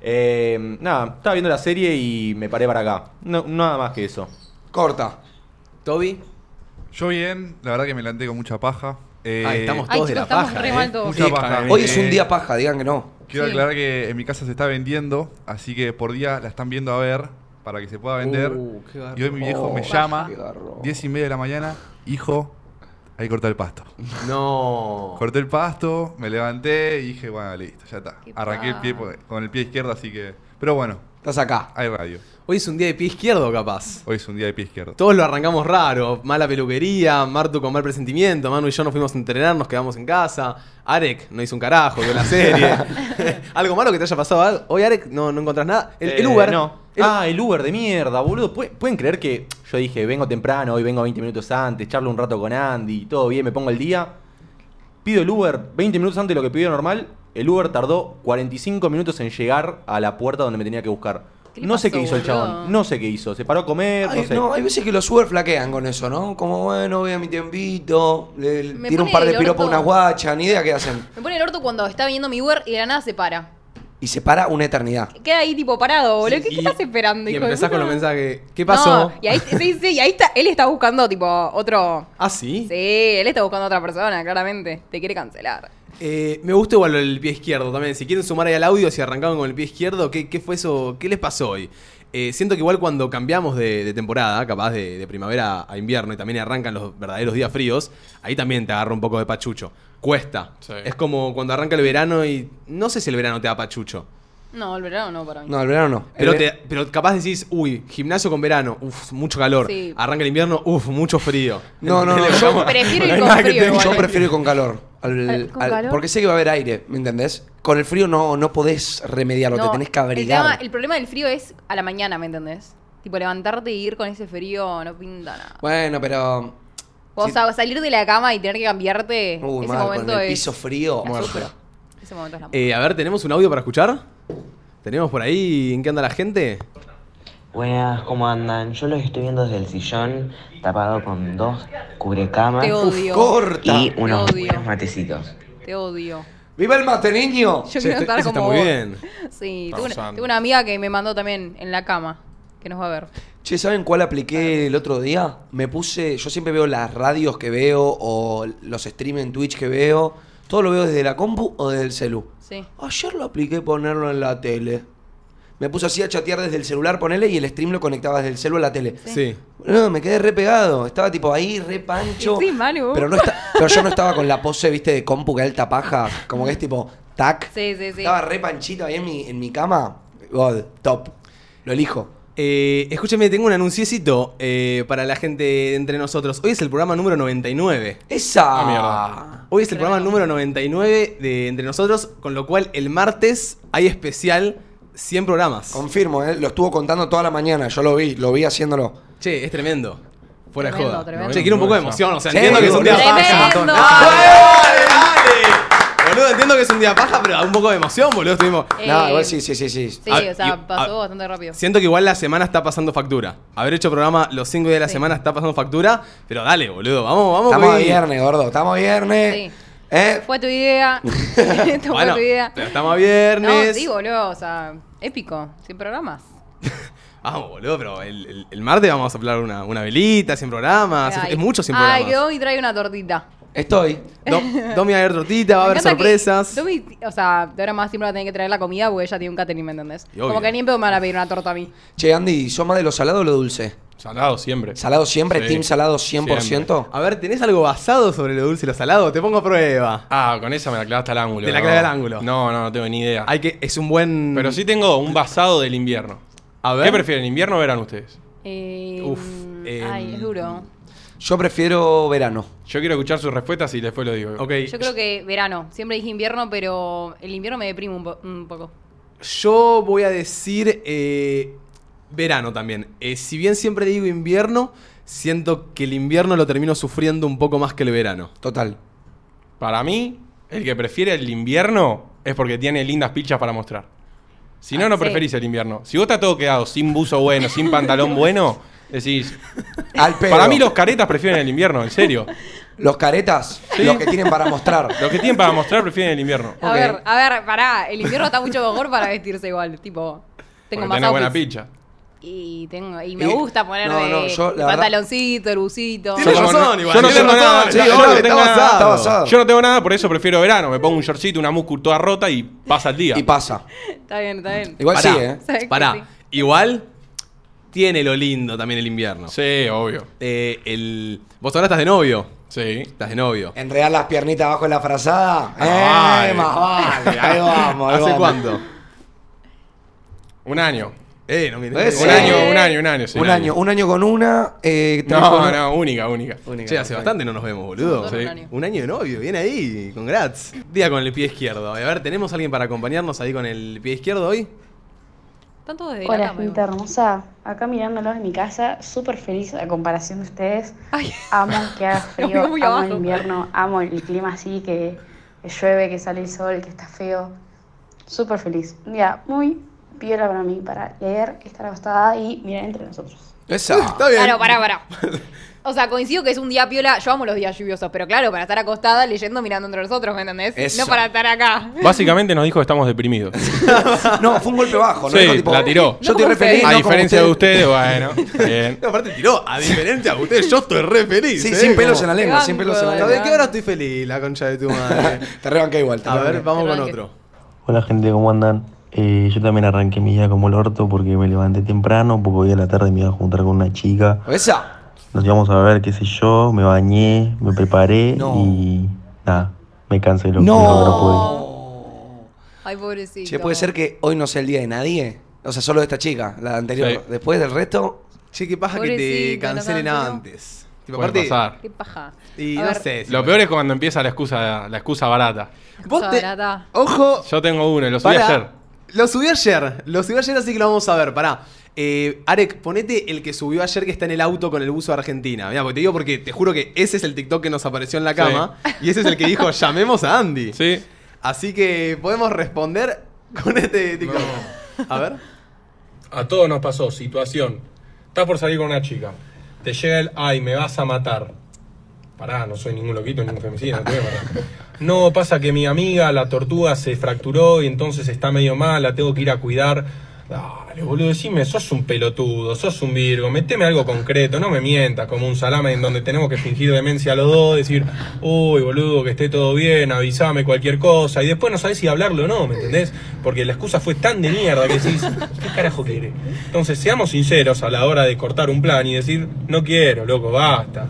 Eh, nada, estaba viendo la serie y me paré para acá. No, nada más que eso.
Corta.
¿Toby?
Yo bien, la verdad que me levanté con mucha paja. Eh,
Ay, estamos
Ay,
todos de
chicos,
la
estamos
paja.
re
eh.
mal todos.
Mucha
Sí,
paja.
para
Ah, Hoy es un
Eh,
día paja, digan que no.
Quiero
Sí.
aclarar que en mi casa se está vendiendo, así que por día la están viendo a ver para que se pueda vender.
Uh, qué garro.
y hoy mi viejo
Oh,
me llama,
qué garro.
10 y media de la mañana, hijo, hay que cortar el pasto.
No.
Corté el pasto, me levanté y dije, bueno, listo, ya está.
Qué
Arranqué el pie
paja.
por- con el pie izquierdo, así que... Pero bueno,
Estás acá.
hay radio.
Hoy es un día de pie izquierdo, capaz.
Hoy es un día de pie izquierdo.
Todos lo arrancamos raro. Mala peluquería, Martu con mal presentimiento, Manu y yo nos fuimos a entrenar, nos quedamos en casa. Arek no hizo un carajo, vio la serie. [LAUGHS] ¿Algo malo que te haya pasado? Hoy, Arek, no, no encontrás nada. El, el
Eh,
Uber.
No.
El-
ah, el Uber de mierda, boludo. ¿Pue- ¿Pueden creer que yo dije, vengo temprano, hoy vengo 20 minutos antes, charlo un rato con Andy, todo bien, me pongo el día? Pido el Uber 20 minutos antes de lo que pidió normal. El Uber tardó 45 minutos en llegar a la puerta donde me tenía que buscar.
¿Qué le
No sé
pasó,
qué hizo el
boludo?
chabón, no sé qué hizo. Se paró a comer,
Ay,
no sé.
no, hay veces que los Uber flaquean con eso, ¿no? Como, bueno, voy a mi tiempito, le- le
Me
tiro un
pone
par de
el
piropos a
orto.
una guacha, ni idea qué hacen.
Me pone el orto cuando está viendo mi Uber y de la nada se para.
Y se para una eternidad.
Queda ahí tipo parado, boludo. ¿Qué,
Y-
qué estás esperando,
Y
hijo de
empezás con
puta?
los mensajes. ¿Qué pasó?
No, y ahí, sí, sí, y ahí está, él está buscando tipo otro...
Ah, sí.
Sí, él está buscando a otra persona, claramente. Te quiere cancelar.
Eh, me gusta igual el pie izquierdo también. Si quieren sumar ahí al audio, si arrancaron con el pie izquierdo, ¿qué, qué fue eso? ¿Qué les pasó hoy? Eh, siento que igual cuando cambiamos de, de temporada, capaz de, de primavera a invierno y también arrancan los verdaderos días fríos, ahí también te agarra un poco de pachucho. Cuesta.
Sí.
Es como cuando arranca el verano y no sé si el verano te da pachucho.
No, el verano no para mí.
No, el verano no. Eh, El
Pero,
ve-
te- pero capaz decís, uy, gimnasio con verano, uff, mucho calor.
Sí.
Arranca el invierno, uff, mucho
[LAUGHS]
frío.
No, no, no.
Yo
[LAUGHS]
prefiero ir con frío.
Yo
igual.
prefiero ir con calor. al-
Al- ¿con
al-
calor?
Porque sé que va a haber aire, ¿me entendés? Con el frío no, no podés remediarlo,
No,
te tenés que
el
abrigar.
tema- El, problema del frío es a la mañana, ¿me entendés? Tipo, levantarte y ir con ese frío no pinta nada.
Bueno, pero.
O
si-
sea, salir de la cama y tener que cambiarte,
Uy,
ese
mal, con
momento
el
es...
piso frío.
la
muerto.
sufro. Ese momento es la muerte.
Eh, a ver, ¿tenemos un audio para escuchar? ¿Tenemos por ahí en qué anda la gente?
Buenas, ¿cómo andan? Yo los estoy viendo desde el sillón, tapado con dos cubrecamas
Te
Uf,
odio.
corta.
y unos
Te odio.
buenos matecitos.
Te odio.
¡Viva el mate, niño!
Yo
Che,
quiero
este-
estar
ese está
como
muy
vos.
bien.
Sí,
Está
tengo una,
usando.
tengo una amiga que me mandó también en la cama, que nos va a ver.
Che, ¿saben cuál apliqué el otro día? Me puse, yo siempre veo las radios que veo o los streams en Twitch que veo. Todo lo veo desde la compu o desde el celu.
Sí.
Ayer lo apliqué ponerlo en la tele. Me puse así a chatear desde el celular, ponele, y el stream lo conectaba desde el celu a la tele.
Sí.
No, me quedé re pegado. Estaba tipo ahí, re pancho.
Y sí, Manu.
Pero no está. Pero yo no estaba con la pose, viste, de compu que alta paja. Como que es tipo, tac.
Sí, sí, sí.
Estaba re panchito ahí en mi, en mi cama. God, top. Lo elijo.
Eh, escúchame, tengo un anunciecito eh, para la gente de entre nosotros. Hoy es el programa número 99.
Esa.
Ah, mierda.
Hoy es el programa número 99 de Entre Nosotros, con lo cual el martes hay especial 100 programas.
Confirmo, ¿eh? lo estuvo contando toda la mañana. Yo lo vi, lo vi haciéndolo.
Che, es tremendo. Fuera de
Tremendo,
joda.
tremendo.
Che, quiero un poco de emoción, o sea,
Sí,
entiendo que es un día
boludo.
paja.
Tremendo.
¡Dale, dale! Boludo, entiendo que es un día paja, pero un poco de emoción, boludo, estuvimos...
Eh,
no, igual sí, sí, sí, sí.
Sí,
Ah,
o sea,
y-
pasó
ah,
bastante rápido.
Siento que igual la semana está pasando factura. Haber hecho programa los 5 días de la
Sí.
semana está pasando factura, pero dale, boludo, vamos, vamos.
Estamos
güey.
viernes, gordo. Estamos viernes.
Sí.
¿Eh?
Fue
[LAUGHS]
tu idea. Esto
Bueno,
fue tu idea.
pero estamos a viernes.
No, sí, boludo, o sea, épico, sin programas.
Vamos, boludo, pero el, el- el martes vamos a soplar una, una velita, 100 programas. Es,
Ay.
Ah, es mucho 100
Ay, que
programas.
Domi trae una tortita.
Estoy.
Do- Domi va a haber tortita, va a
Me
haber
encanta que
sorpresas.
Domi, o sea, de ahora más siempre va a tener que traer la comida porque ella tiene un catering, ¿me entendés?
Y obvio.
Como que ni en pedo me van a pedir una torta a mí.
Che, Andy, ¿sos más de lo salado o lo dulce?
Salado siempre.
¿Salado siempre?
Sí.
¿Team salado 100%?
A ver, ¿tenés algo basado sobre lo dulce y lo salado? Te pongo a prueba.
Ah, con esa me la clavaste al ángulo.
Te la
no.
clavé al ángulo.
No, no, no tengo ni idea.
Hay que. Es un buen.
Pero sí tengo un basado del invierno.
A ver.
¿Qué prefieren, invierno o verano ustedes?
Eh,
Uf,
ay,
em,
es duro.
Yo prefiero verano.
Yo quiero escuchar sus respuestas y después lo digo.
Ok.
Yo creo que verano. Siempre dije invierno, pero el invierno me deprime un, po- un poco.
Yo voy a decir eh, verano también. Eh, si bien siempre digo invierno, siento que el invierno lo termino sufriendo un poco más que el verano.
Total.
Para mí, el que prefiere el invierno es porque tiene lindas pilchas para mostrar. Si no,
Ah,
no
sí.
preferís el invierno. Si vos estás todo quedado sin buzo bueno,
[LAUGHS]
sin pantalón bueno, decís.
Al pedo.
Para mí, los caretas prefieren el invierno, en serio.
Los caretas, los que tienen para mostrar.
Los que tienen para mostrar prefieren el invierno.
A ver, a ver, pará. El invierno está mucho mejor para vestirse igual. Tipo, tengo
Porque
más
tenés buena
outfits.
pilcha.
Y, tengo, y me
Y-
gusta ponerme
no, no, yo,
el
la verdad-
pantaloncito, el busito.
Tiene
Yo no-
razón,
yo
igual.
no
tiene
tengo
razón,
nada,
sí,
yo no
obvio, está
tengo nada,
basado.
está basado.
Yo no tengo nada, por eso prefiero verano. Me pongo un shortcito, una muscu toda rota y pasa el día.
Y pasa.
[LAUGHS] Está bien, está bien.
Igual
Pará,
sí, ¿eh?
Sabés que
pará.
sí.
Igual tiene lo lindo también el invierno.
Sí, obvio.
Eh, el... Vos ahora estás de novio.
Sí.
Estás de novio.
Enredar las piernitas abajo de la frazada.
Ah,
¡Eh!
vale.
Más vale. Ahí vamos. ahí
¿Hace
vamos.
cuánto?
Un año.
Eh, no me
Eh, sí.
Un año, un año, un año. sí,
Un año. Un año con una. eh, tres
No,
con-
no, única, única.
Che, hace bastante no nos vemos, boludo.
Somos dos en un
Sí.
año.
Un año de novio, bien ahí, congrats. Día con el pie izquierdo. A ver, ¿tenemos alguien para acompañarnos ahí con el pie izquierdo hoy?
Están todos de la
Hola,
cama,
gente
igual.
hermosa. Acá mirándolos en mi casa, súper feliz a comparación de ustedes.
Ay.
Amo que
[LAUGHS]
haga
Lo veo
frío,
muy
amo el
abajo.
invierno, amo el clima así, que, que llueve, que sale el sol, que está feo. Súper feliz. Un día muy piola para mí, para leer, estar acostada y mirar entre nosotros.
Esa.
bien.
Claro, pará, pará. O sea, coincido que es un día piola. Yo amo los días lluviosos, pero claro, para estar acostada leyendo, mirando entre nosotros, ¿me entendés?
Eso.
No para estar acá.
Básicamente nos dijo que estamos deprimidos.
No, fue un golpe bajo. ¿no?
Sí,
Dijo, tipo,
la tiró.
Yo
No
estoy
como
re feliz.
ustedes.
no
a
como
diferencia de ustedes, bueno.
[LAUGHS]
Bien.
No, aparte tiró, a diferencia a ustedes, yo estoy re feliz.
Sí,
eh,
sin pelos en
como-
la lengua. Sin pelos en la
Banco,
¿Sabés
lengua.
qué ahora estoy feliz, la concha de tu madre?
Te rebanqué igual. te
A ver,
rebanqué.
vamos con
Arranque.
otro.
Hola gente, ¿cómo andan? Eh, yo también arranqué mi día como el orto porque me levanté temprano, porque hoy a la tarde me iba a juntar con una chica.
Esa.
Nos íbamos a ver, qué sé yo, me bañé, me preparé
No.
y nada, me canceló.
No.
Ay, pobrecito.
Che, puede ser que hoy no sea el día de nadie. O sea, solo de esta chica, la anterior.
Sí.
Después del resto,
Che, qué paja que te
Pobrecito, lo
cancelen
canceló.
antes. Tipo,
Puede pasar.
Qué paja.
Y
A
no
ver,
sé. si-
Lo peor es cuando empieza la excusa, la excusa barata.
Vos te-
Sabrata.
Ojo,
Yo tengo uno y lo subí
Pará.
ayer.
Lo subí ayer. Lo subí ayer, así que lo vamos a ver. Pará. Eh, Arek, ponete el que subió ayer que está en el auto con el buzo de Argentina. Mira, porque te digo porque te juro que ese es el TikTok que nos apareció en la cama. Y ese es el que
[LAUGHS]
dijo, llamemos a Andy.
Sí.
Así que podemos responder con este TikTok. A ver.
A todos nos pasó, situación. Estás por salir con una chica. Te llega el, ay, me vas a matar. Pará, no soy ningún loquito, ningún femicida, no te voy a matar. No, pasa que mi amiga, la tortuga, se fracturó y entonces está medio mal, la tengo que ir a cuidar. Dale, boludo, decime, sos un pelotudo, sos un virgo, meteme algo concreto, no me mientas, como un salame en donde tenemos que fingir demencia los dos, decir, uy, boludo, que esté todo bien, avísame cualquier cosa, y después no sabés si hablarlo o no, ¿me entendés? Porque la excusa fue tan de mierda que decís, ¿qué carajo quiere? Entonces, seamos sinceros a la hora de cortar un plan y decir, no quiero, loco, basta.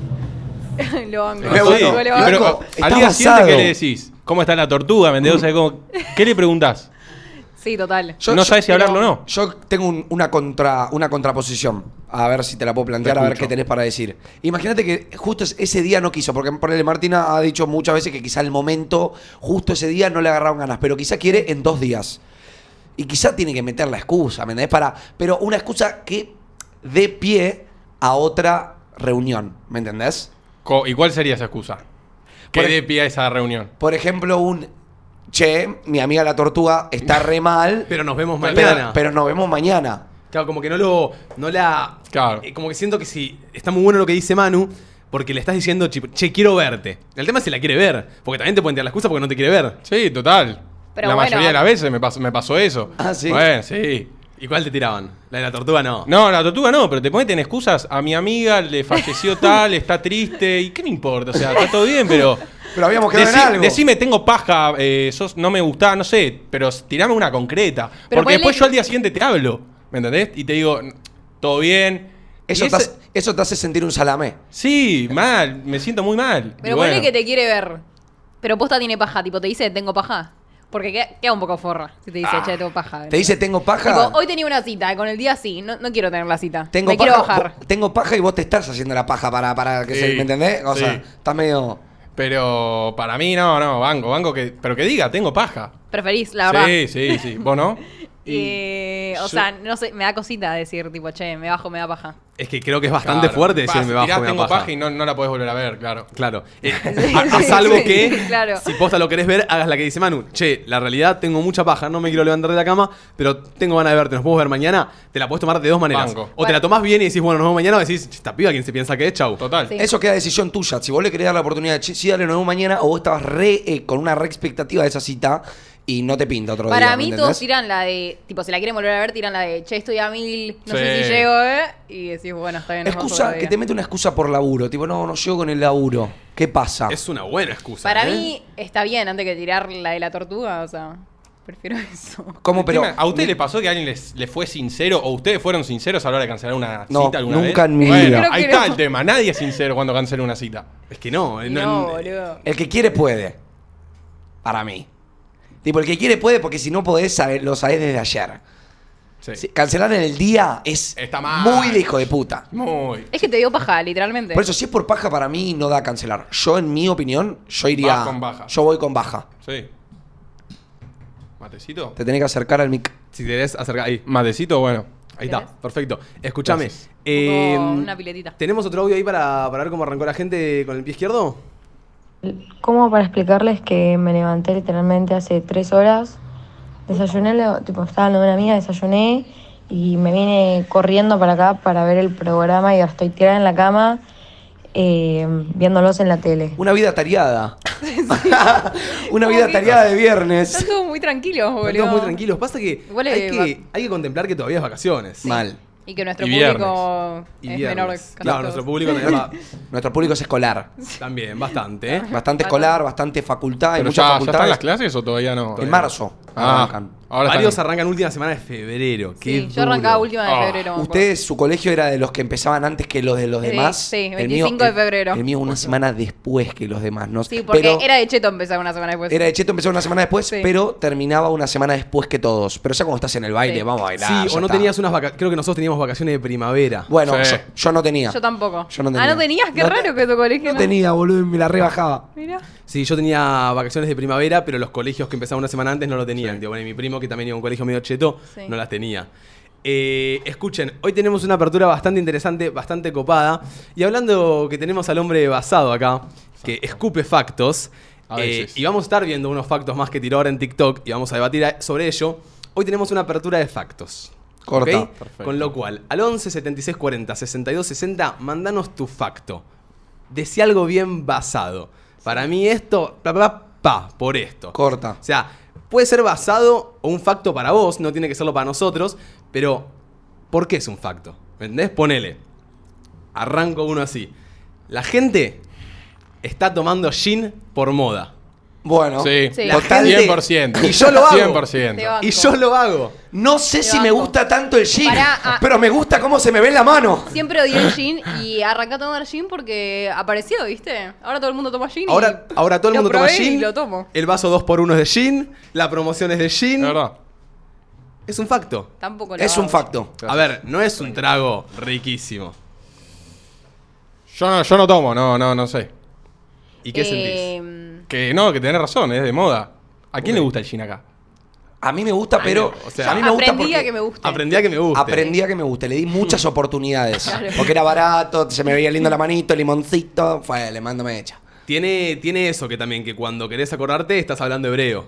[LAUGHS] lo banco.
Me
Sí,
gustó.
Lo
Pero-
banco.
pero
Está
al día siguiente,
basado.
¿qué le decís? ¿Cómo está la tortuga? ¿Me entendés? O sea, como- ¿Qué le preguntás?
Sí, total.
No sabes si hablarlo o no.
Yo tengo un- una, contra, una contraposición. A ver si te la puedo plantear,
Te
a ver
escucho.
qué tenés para decir. Imagínate que justo es- ese día no quiso, porque ponele Martina ha dicho muchas veces que quizá el momento, justo ese día no le agarraron ganas, pero quizá quiere en dos días. Y quizá tiene que meter la excusa, ¿me entendés? Para, pero una excusa que dé pie a otra reunión, ¿me entendés?
Co- ¿Y cuál sería esa excusa? Que
Por ej-
dé pie a esa reunión.
Por ejemplo, un, che, mi amiga la tortuga está re mal,
Pero nos vemos
pero-
mañana.
pero nos vemos mañana.
Claro, como que no lo. No la.
Claro.
eh, como que siento que si. Está muy bueno lo que dice Manu. Porque le estás diciendo, chi- che, quiero verte. El tema es si la quiere ver. Porque también te pueden tirar la excusa porque no te quiere ver.
Sí, total.
Pero
la
bueno.
mayoría de las veces me pasó, me pasó eso.
Ah, ¿sí?
Bueno, sí.
¿Y cuál te tiraban? La de la tortuga no.
No, la tortuga no, pero te en excusas. A mi amiga le
[LAUGHS]
falleció tal, está triste. ¿Y qué me importa? O sea, está todo bien, pero.
Pero habíamos quedado
Decí-
en algo.
Decime, tengo paja, eh, sos- no me gustaba, no sé, pero s- tirame una concreta.
Pero
porque después
ponele-
yo al día siguiente te hablo, ¿me entendés? Y te digo, todo bien.
Eso,
Y
te
ese-
hace, eso te hace sentir un salamé.
Sí, mal, me siento muy mal.
Pero
Y
ponele
bueno.
que te quiere ver. Pero posta tiene paja, tipo, te dice, tengo paja. Porque queda, queda un poco forra si te
Ah.
dice, che, tengo paja.
Te dice, tengo paja.
Tipo, hoy tenía una cita, con el día sí, no, no quiero tener la cita.
tengo
Me
paja.
quiero bajar.
vo- Tengo paja y vos te estás haciendo la paja para, para que se.
Sí,
¿Me entendés? O
sí.
sea, estás medio.
Pero para mí no, no, banco, banco que. Pero que diga, tengo paja.
Preferís, la verdad.
Sí, sí, sí.
[LAUGHS]
¿Vos no?
Eh, o
yo-
sea, no sé, me da cosita decir, tipo, che, me bajo, me da paja.
Es que creo que es bastante
Claro,
fuerte decir
vas,
me bajo,
tirás,
me da
tengo
paja".
paja y no, no la podés volver a ver, claro.
[LAUGHS] Claro. Eh, a, a salvo
sí,
que
claro.
si posta lo querés ver, hagas la que dice Manu. Che, la realidad tengo mucha paja, no me quiero levantar de la cama, pero tengo ganas de verte, nos podemos ver mañana. Te la podés tomar de dos maneras.
Banco.
O te la tomás bien y decís, bueno, nos vemos mañana, o decís, "Che, esta piba, ¿quién se piensa que es? Chau.
Total.
Sí.
Eso queda decisión tuya. Si vos le querés dar la oportunidad, "Che, sí, dale, nos vemos mañana, o vos estabas re, eh, con una re expectativa de esa cita y no te pinta otro día.
Para
¿me
mí
entendés?
todos tiran la de, tipo, si la quieren volver a ver, tiran la de, che, estoy a mil, no sé
Sí.
si llego, ¿eh? Y decís, bueno, está bien. nos vemos
Excusa,
otro
que
día.
te mete una excusa por laburo. Tipo, no, no llego con el laburo. ¿Qué pasa?
Es una buena excusa.
Para
¿eh?
mí está bien antes que tirar la de la tortuga, o sea, prefiero [LAUGHS] eso.
¿Cómo,
El
pero.?
tema, ¿A usted le pasó que alguien les, le fue sincero o ustedes fueron sinceros a la hora de cancelar una
No,
cita alguna
nunca
vez?
en mi
Bueno,
vida.
Creo
ahí
que
está
no.
el tema. Nadie es sincero cuando cancela una cita.
Es que no. eh,
No,
no-
boludo.
El que quiere puede. Para mí. Tipo, el que quiere puede porque si no podés, sabe- lo sabés desde ayer.
Sí.
Sí, cancelar en el día es
Está mal.
muy de hijo de puta.
Muy.
Es que te dio paja, literalmente.
Por eso, si es por paja, para mí no da a cancelar. Yo, en mi opinión, yo iría.
Vas con baja.
Yo voy con baja.
Sí. ¿Matecito?
Te tenés que acercar al mic.
Si querés acercar ahí.
Matecito, bueno.
Ahí está,
¿Querés?
perfecto. Escúchame. eh,
Como una piletita.
¿Tenemos otro audio ahí para, para ver cómo arrancó la gente con el pie izquierdo?
Como para explicarles que me levanté literalmente hace tres horas, desayuné, lo- tipo, estaba en lo de una amiga, desayuné y me vine corriendo para acá para ver el programa y ahora estoy tirada en la cama eh, viéndolos en la tele.
Una vida tareada. [LAUGHS] Una vida tareada de
Están
viernes.
todos muy tranquilos, boludo.
Estamos muy tranquilos. Pasa que,
Igual
hay,
es-
que hay que contemplar que todavía es vacaciones.
Mal.
Y que nuestro
Y
público
Y
es
viernes.
menor. casi
Claro,
todos.
nuestro público
[LAUGHS]
también, va-
Nuestro público es escolar.
también bastante. ¿eh?
Bastante escolar, bastante facultad. Hay
Pero
muchas
ya, ya
facultades.
están las clases o todavía no?
En marzo.
Ah,
arrancan.
ahora
Varios
están-
arrancan última semana de febrero. Qué
Sí, yo arrancaba
duro.
última de
Ah.
febrero. me acuerdo.
Ustedes, su colegio era de los que empezaban antes que los de los
Sí,
demás.
sí,
El
25 de
el-
febrero.
El, mío una semana después que los demás. ¿no?
Sí, porque
Pero-
era de cheto empezar una semana después.
Era de cheto, empezó una semana después,
Sí.
pero terminaba una semana después que todos. Pero ya cuando estás en el baile,
Sí.
vamos a
Sí,
bailar.
o
ya
no
está.
tenías unas vacaciones. Creo que nosotros teníamos vacaciones de primavera.
Bueno,
Sí.
yo, yo no tenía.
Yo tampoco.
Yo no tenía.
Ah, no tenías, qué
No te-
raro que tu colegio
No tenía, boludo, y me la rebajaba.
Mira.
Sí, yo tenía vacaciones de primavera, pero los colegios que empezaban una semana antes no lo tenían. Tío, bueno, y mi primo, que también iba a un colegio medio cheto,
Sí.
no las tenía. Eh, escuchen, hoy tenemos una apertura bastante interesante, bastante copada. Y hablando que tenemos al hombre basado acá, que escupe factos.
A
eh,
veces.
y vamos a estar viendo unos factos más que tiró ahora en TikTok y vamos a debatir a- sobre ello. Hoy tenemos una apertura de factos.
Corta.
¿ok? Con lo cual, al 11 76 40 62 60, mandanos tu facto. Decí algo bien basado. Para mí esto, pa, pa, pa, por esto.
Corta.
O sea, puede ser basado o un facto para vos, no tiene que serlo para nosotros, pero ¿por qué es un facto? ¿Me entendés? Ponele. Arranco uno así. La gente está tomando gin por moda.
Bueno,
Sí,
Sí. La
total de-
100%.
Y yo lo hago.
100%.
Te banco.
Y yo lo hago.
No sé si
banco.
me gusta tanto el jean,
Pará, ah.
pero me gusta cómo se me ve en la mano.
Siempre odié el gin y arranqué a tomar gin porque apareció, ¿viste? Ahora todo el mundo toma gin. y
Ahora, ahora todo el
lo
mundo toma
probé
gin.
Y lo tomo.
El vaso 2x1 es de gin. La promoción es de
Es
gin.
verdad.
Es un facto.
Tampoco Pues lo
Es un
hago.
facto.
A ver, no es un trago riquísimo.
Yo no, yo no tomo, no, no, no sé.
¿Y
Eh,
qué sentís?
Em,
Que no, que tenés razón, es de moda. ¿A quién le gusta el gin acá?
A mí me gusta, pero
no, o sea,
a mí me gusta
aprendí
porque
a que me guste.
Aprendí a que me guste.
aprendí a que me guste. Le di muchas oportunidades.
[LAUGHS] Claro.
Porque era barato, se me veía lindo la manito, limoncito. Fue, le mando mecha.
Tiene, tiene eso que también, que cuando querés acordarte estás hablando
[LAUGHS]
hebreo.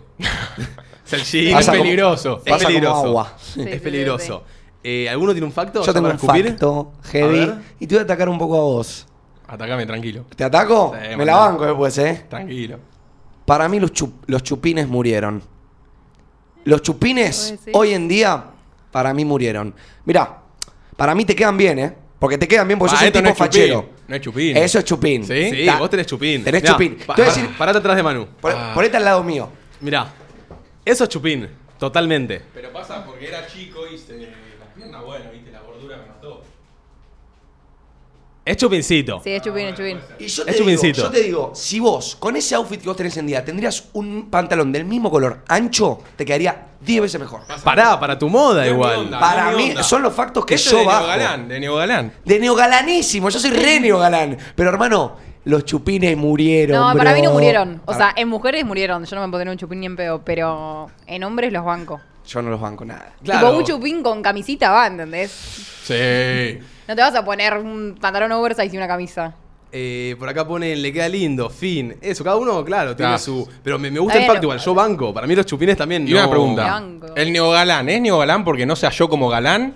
es el gin,
Pasa
es
como-
peligroso. es
pasa como
peligroso.
agua.
Sí, sí,
Es
sí,
peligroso. Eh, ¿Alguno tiene un facto?
Yo
¿Ya
tengo
para
un
escupir?
facto
A
heavy.
ver.
Y te voy a atacar un poco a vos.
Atacame, tranquilo.
¿Te ataco?
Sí,
me
mandá.
la banco después, ¿eh?
Tranquilo.
Para mí los, chup- los chupines murieron. Los
¿Vos
chupines
decís?
hoy en día, para mí murieron. Mirá, para mí te quedan bien, ¿eh? Porque te quedan bien, porque
Ah,
sos un
esto
tipo
no es chupín,
fachero.
no es chupín.
Eso es chupín.
¿Sí?
Sí,
Ta-
vos tenés Ah. chupín.
Tenés
Mirá,
chupín.
pa-
Te voy a decir-
Parate atrás de Manu.
Pon- Ponete al lado mío.
Mirá, eso es chupín, totalmente.
Pero pasa porque era chico y se. Las piernas, bueno, viste, la gordura me mató.
Es chupincito.
Sí, es chupín, es chupín.
Y yo
Es
te, digo,
chupincito.
yo te digo, si vos, con ese outfit que vos tenés en día, tendrías un pantalón del mismo color ancho, te quedaría 10 veces mejor.
Pará, para tu moda
No es mi
igual.
onda.
Para
no,
mí,
onda.
son los factos que
Eso
yo
es de
bajo.
Neogalán, de Neogalán.
De neogalanísimo, yo soy re neogalán. Pero hermano, los chupines murieron.
No, para mí no
bro.
murieron. O
Para-
sea, en mujeres murieron. Yo no me puedo tener un chupín ni en pedo, pero en hombres los banco.
Yo no los banco nada.
Claro.
Tipo, un chupín con camisita va, ¿entendés?
Sí.
No te vas a poner un pantalón oversize y una camisa.
Eh, por acá ponen, le queda lindo, fin. Eso, cada uno, claro, tiene
Claro.
su. Pero me, me gusta el
Bueno.
facto igual, yo banco. Para mí los chupines también.
Y una
no-
pregunta.
Blanco.
¿El neogalán es neogalán porque no se halló como galán?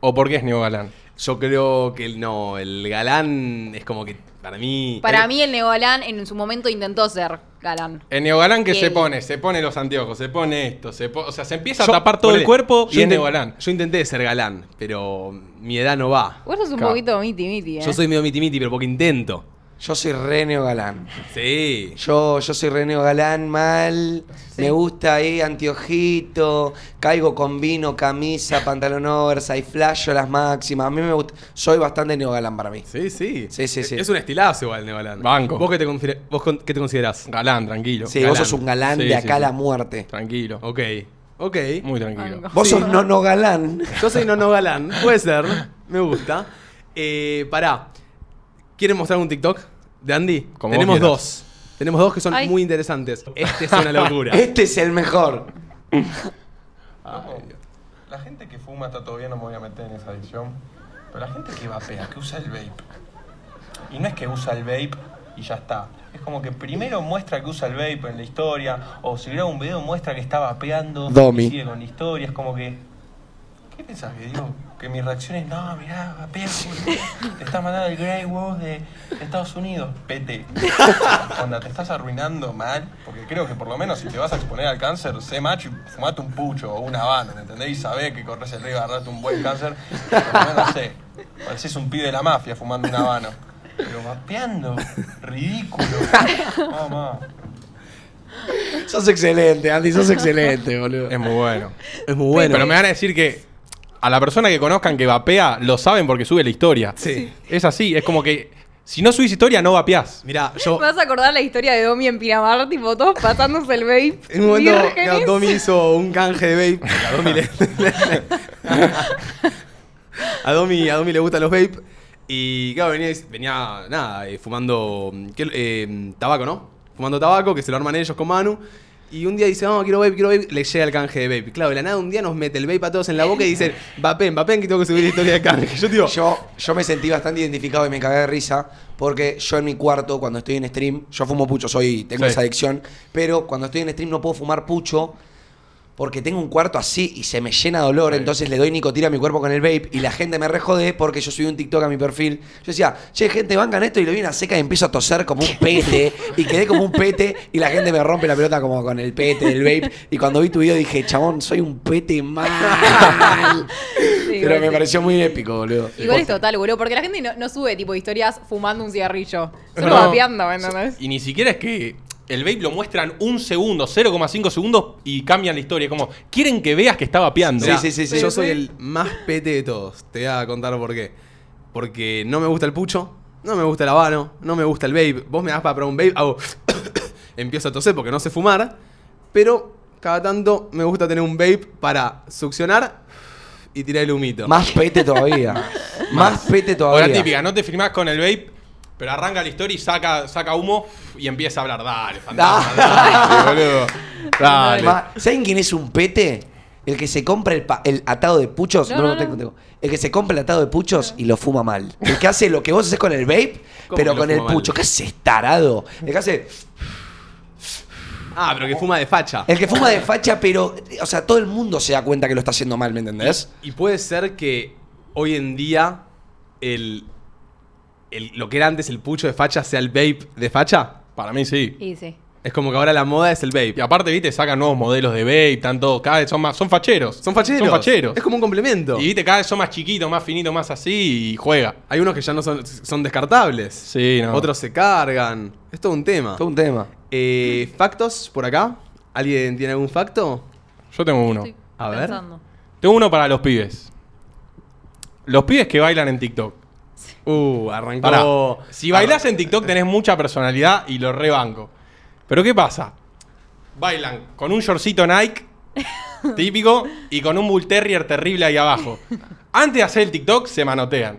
¿O porque es neogalán?
Yo creo que el- no, el galán es como que para mí.
Para mí el neogalán en su momento intentó ser galán.
El neogalán que
Y
se
el-
pone, se pone los anteojos, se pone esto, se po- o sea, se empieza
Yo-
a tapar todo
ponele,
el cuerpo
yo
y es
inten-
neogalán.
Yo intenté ser galán, pero mi edad no va.
Vos sos un
Claro.
poquito miti miti, eh.
Yo soy medio miti miti, pero porque intento.
Yo soy re neogalán.
Sí.
Yo, yo soy re neogalán mal. Me gusta ahí, anteojito. Caigo con vino, camisa, pantalón oversize, flasho las máximas. A mí me gusta. Soy bastante neogalán para mí.
Sí, sí. Eh,
Sí, sí, sí.
Es un estilazo igual, Nevalán.
Banco.
¿Vos qué te, confi- vos con- qué te considerás?
Galán, tranquilo.
Sí,
galán.
vos sos un galán
Sí,
de
sí,
acá a
sí.
la muerte.
Tranquilo.
Ok, ok.
Muy tranquilo.
Vos sos no no galán.
Yo soy Nono
[LAUGHS]
Galán. Puede ser. Me gusta. Eh, pará. ¿Quieren mostrar un TikTok de Andy?
Como
Tenemos
vos quieras.
dos. Tenemos dos que son
Ay.
muy interesantes. Este es
[LAUGHS]
una locura.
Este es el mejor.
La gente que fuma está todavía, no me voy a meter en esa adicción. Pero la gente que vapea, que usa el vape. Y no es que usa el vape y ya está. Es como que primero muestra que usa el vape en la historia. O si graba un video muestra que está vapeando.
Domi.
Y sigue con la historia. Es como que. ¿Qué pensás que digo? Que mis reacciones, no, mirá, vapea, boludo. te está mandando el Grey Wolf de Estados Unidos, pete. Onda, te estás arruinando mal, porque creo que por lo menos si te vas a exponer al cáncer, sé macho y fumate un pucho o una habana, ¿me entendés? Y sabés que corres el riesgo de agarrarte un buen cáncer, por lo menos sé. Parecés un pibe de la mafia fumando una habana. Pero vapeando, ridículo. Mamá.
Sos excelente, Andy, sos excelente, boludo.
Es muy bueno.
Es muy bueno.
Pero me van a decir que a la persona que conozcan que vapea, lo saben porque sube la historia.
Sí.
Es así, es como que si no subís historia, no vapeás.
Mirá, yo.
Me vas a acordar la historia de Domi en Pinamar, tipo todos pasándose el vape.
En un momento,
vírgenes.
claro, Domi hizo un canje de vape. A Domi le, [LAUGHS] a Domi, a Domi le gustan los vape. Y claro, venía, venía nada, eh, fumando mm, ¿qué- eh, tabaco, ¿no? Fumando tabaco, que se lo arman ellos con Manu. Y un día dice, no, quiero vape, quiero vape. Le llega el canje de vape. Claro, de la nada un día nos mete el vape a todos en la boca y dice, vapen, vapen, que tengo que subir la historia de canje. Yo digo,
Yo, yo me sentí bastante identificado y me cagué de risa porque yo en mi cuarto, cuando estoy en stream, yo fumo pucho, soy, tengo
Sí.
esa adicción, pero cuando estoy en stream no puedo fumar pucho porque tengo un cuarto así y se me llena de dolor, entonces le doy nicotina a mi cuerpo con el vape y la gente me rejode porque yo subí un TikTok a mi perfil. Yo decía, che, gente, bancan esto y lo vi una seca y empiezo a toser como un pete y quedé como un pete y la gente me rompe la pelota como con el pete del vape y cuando vi tu video dije, chabón, soy un pete mal.
Sí,
Pero
igual
me
sí.
pareció muy épico, boludo.
Igual es total, boludo, porque la gente no, no sube tipo historias fumando un cigarrillo. Solo
No.
vapeando, ¿me ¿entendés?
Y ni siquiera es que el vape lo muestran un segundo, 0,5 segundos y cambian la historia. Como, quieren que veas que está vapeando.
Mirá, Yo soy el más pete de todos. Te voy a contar por qué. Porque no me gusta el pucho, no me gusta el habano, no me gusta el vape. Vos me das para probar un vape, hago... [COUGHS] empiezo a toser porque no sé fumar. Pero cada tanto me gusta tener un vape para succionar y tirar el humito.
Más pete
[LAUGHS]
todavía. Más pete
O
todavía.
la típica, no te filmás con el vape, pero arranca la historia y saca, saca humo y empieza a hablar.
[LAUGHS]
Dale, fantasma, dale, boludo. Dale.
Ma- ¿Saben quién es un pete? El que se compra el, pa- el atado de puchos.
No,
no, no,
no, no.
tengo- tengo. El que se compra el atado de puchos y lo fuma mal. El que hace lo que vos haces con el vape, pero
¿Cómo que lo
con el
fuma mal?
pucho. ¿Qué haces, tarado? El que hace.
Ah, pero que fuma de facha.
El que fuma de facha, pero. O sea, todo el mundo se da cuenta que lo está haciendo mal, ¿me entendés?
Y puede ser que hoy en día el, el- lo que era antes el pucho de facha sea el vape de facha.
Para mí sí.
Y sí.
Es como que ahora la moda es el vape.
Y aparte, viste, sacan nuevos modelos de vape, tanto, cada vez son más, son facheros.
Son facheros.
Son facheros.
Es como un complemento.
Y viste, cada vez son más chiquitos, más finitos, más así y juega.
Hay unos que ya no son, son descartables.
Sí, no.
Otros se cargan. Es todo un tema.
Todo un tema.
Eh, ¿Factos por acá? ¿Alguien tiene algún facto?
Yo tengo uno.
Estoy
A ver.
pensando.
Tengo uno para los pibes. Los pibes que bailan en TikTok.
Uh, arrancó.
Pará. Si bailás en TikTok tenés mucha personalidad y lo rebanco. Pero ¿qué pasa? Bailan con un
[LAUGHS]
shortcito Nike típico y con un Bull Terrier terrible ahí abajo. Antes de hacer el TikTok se manotean.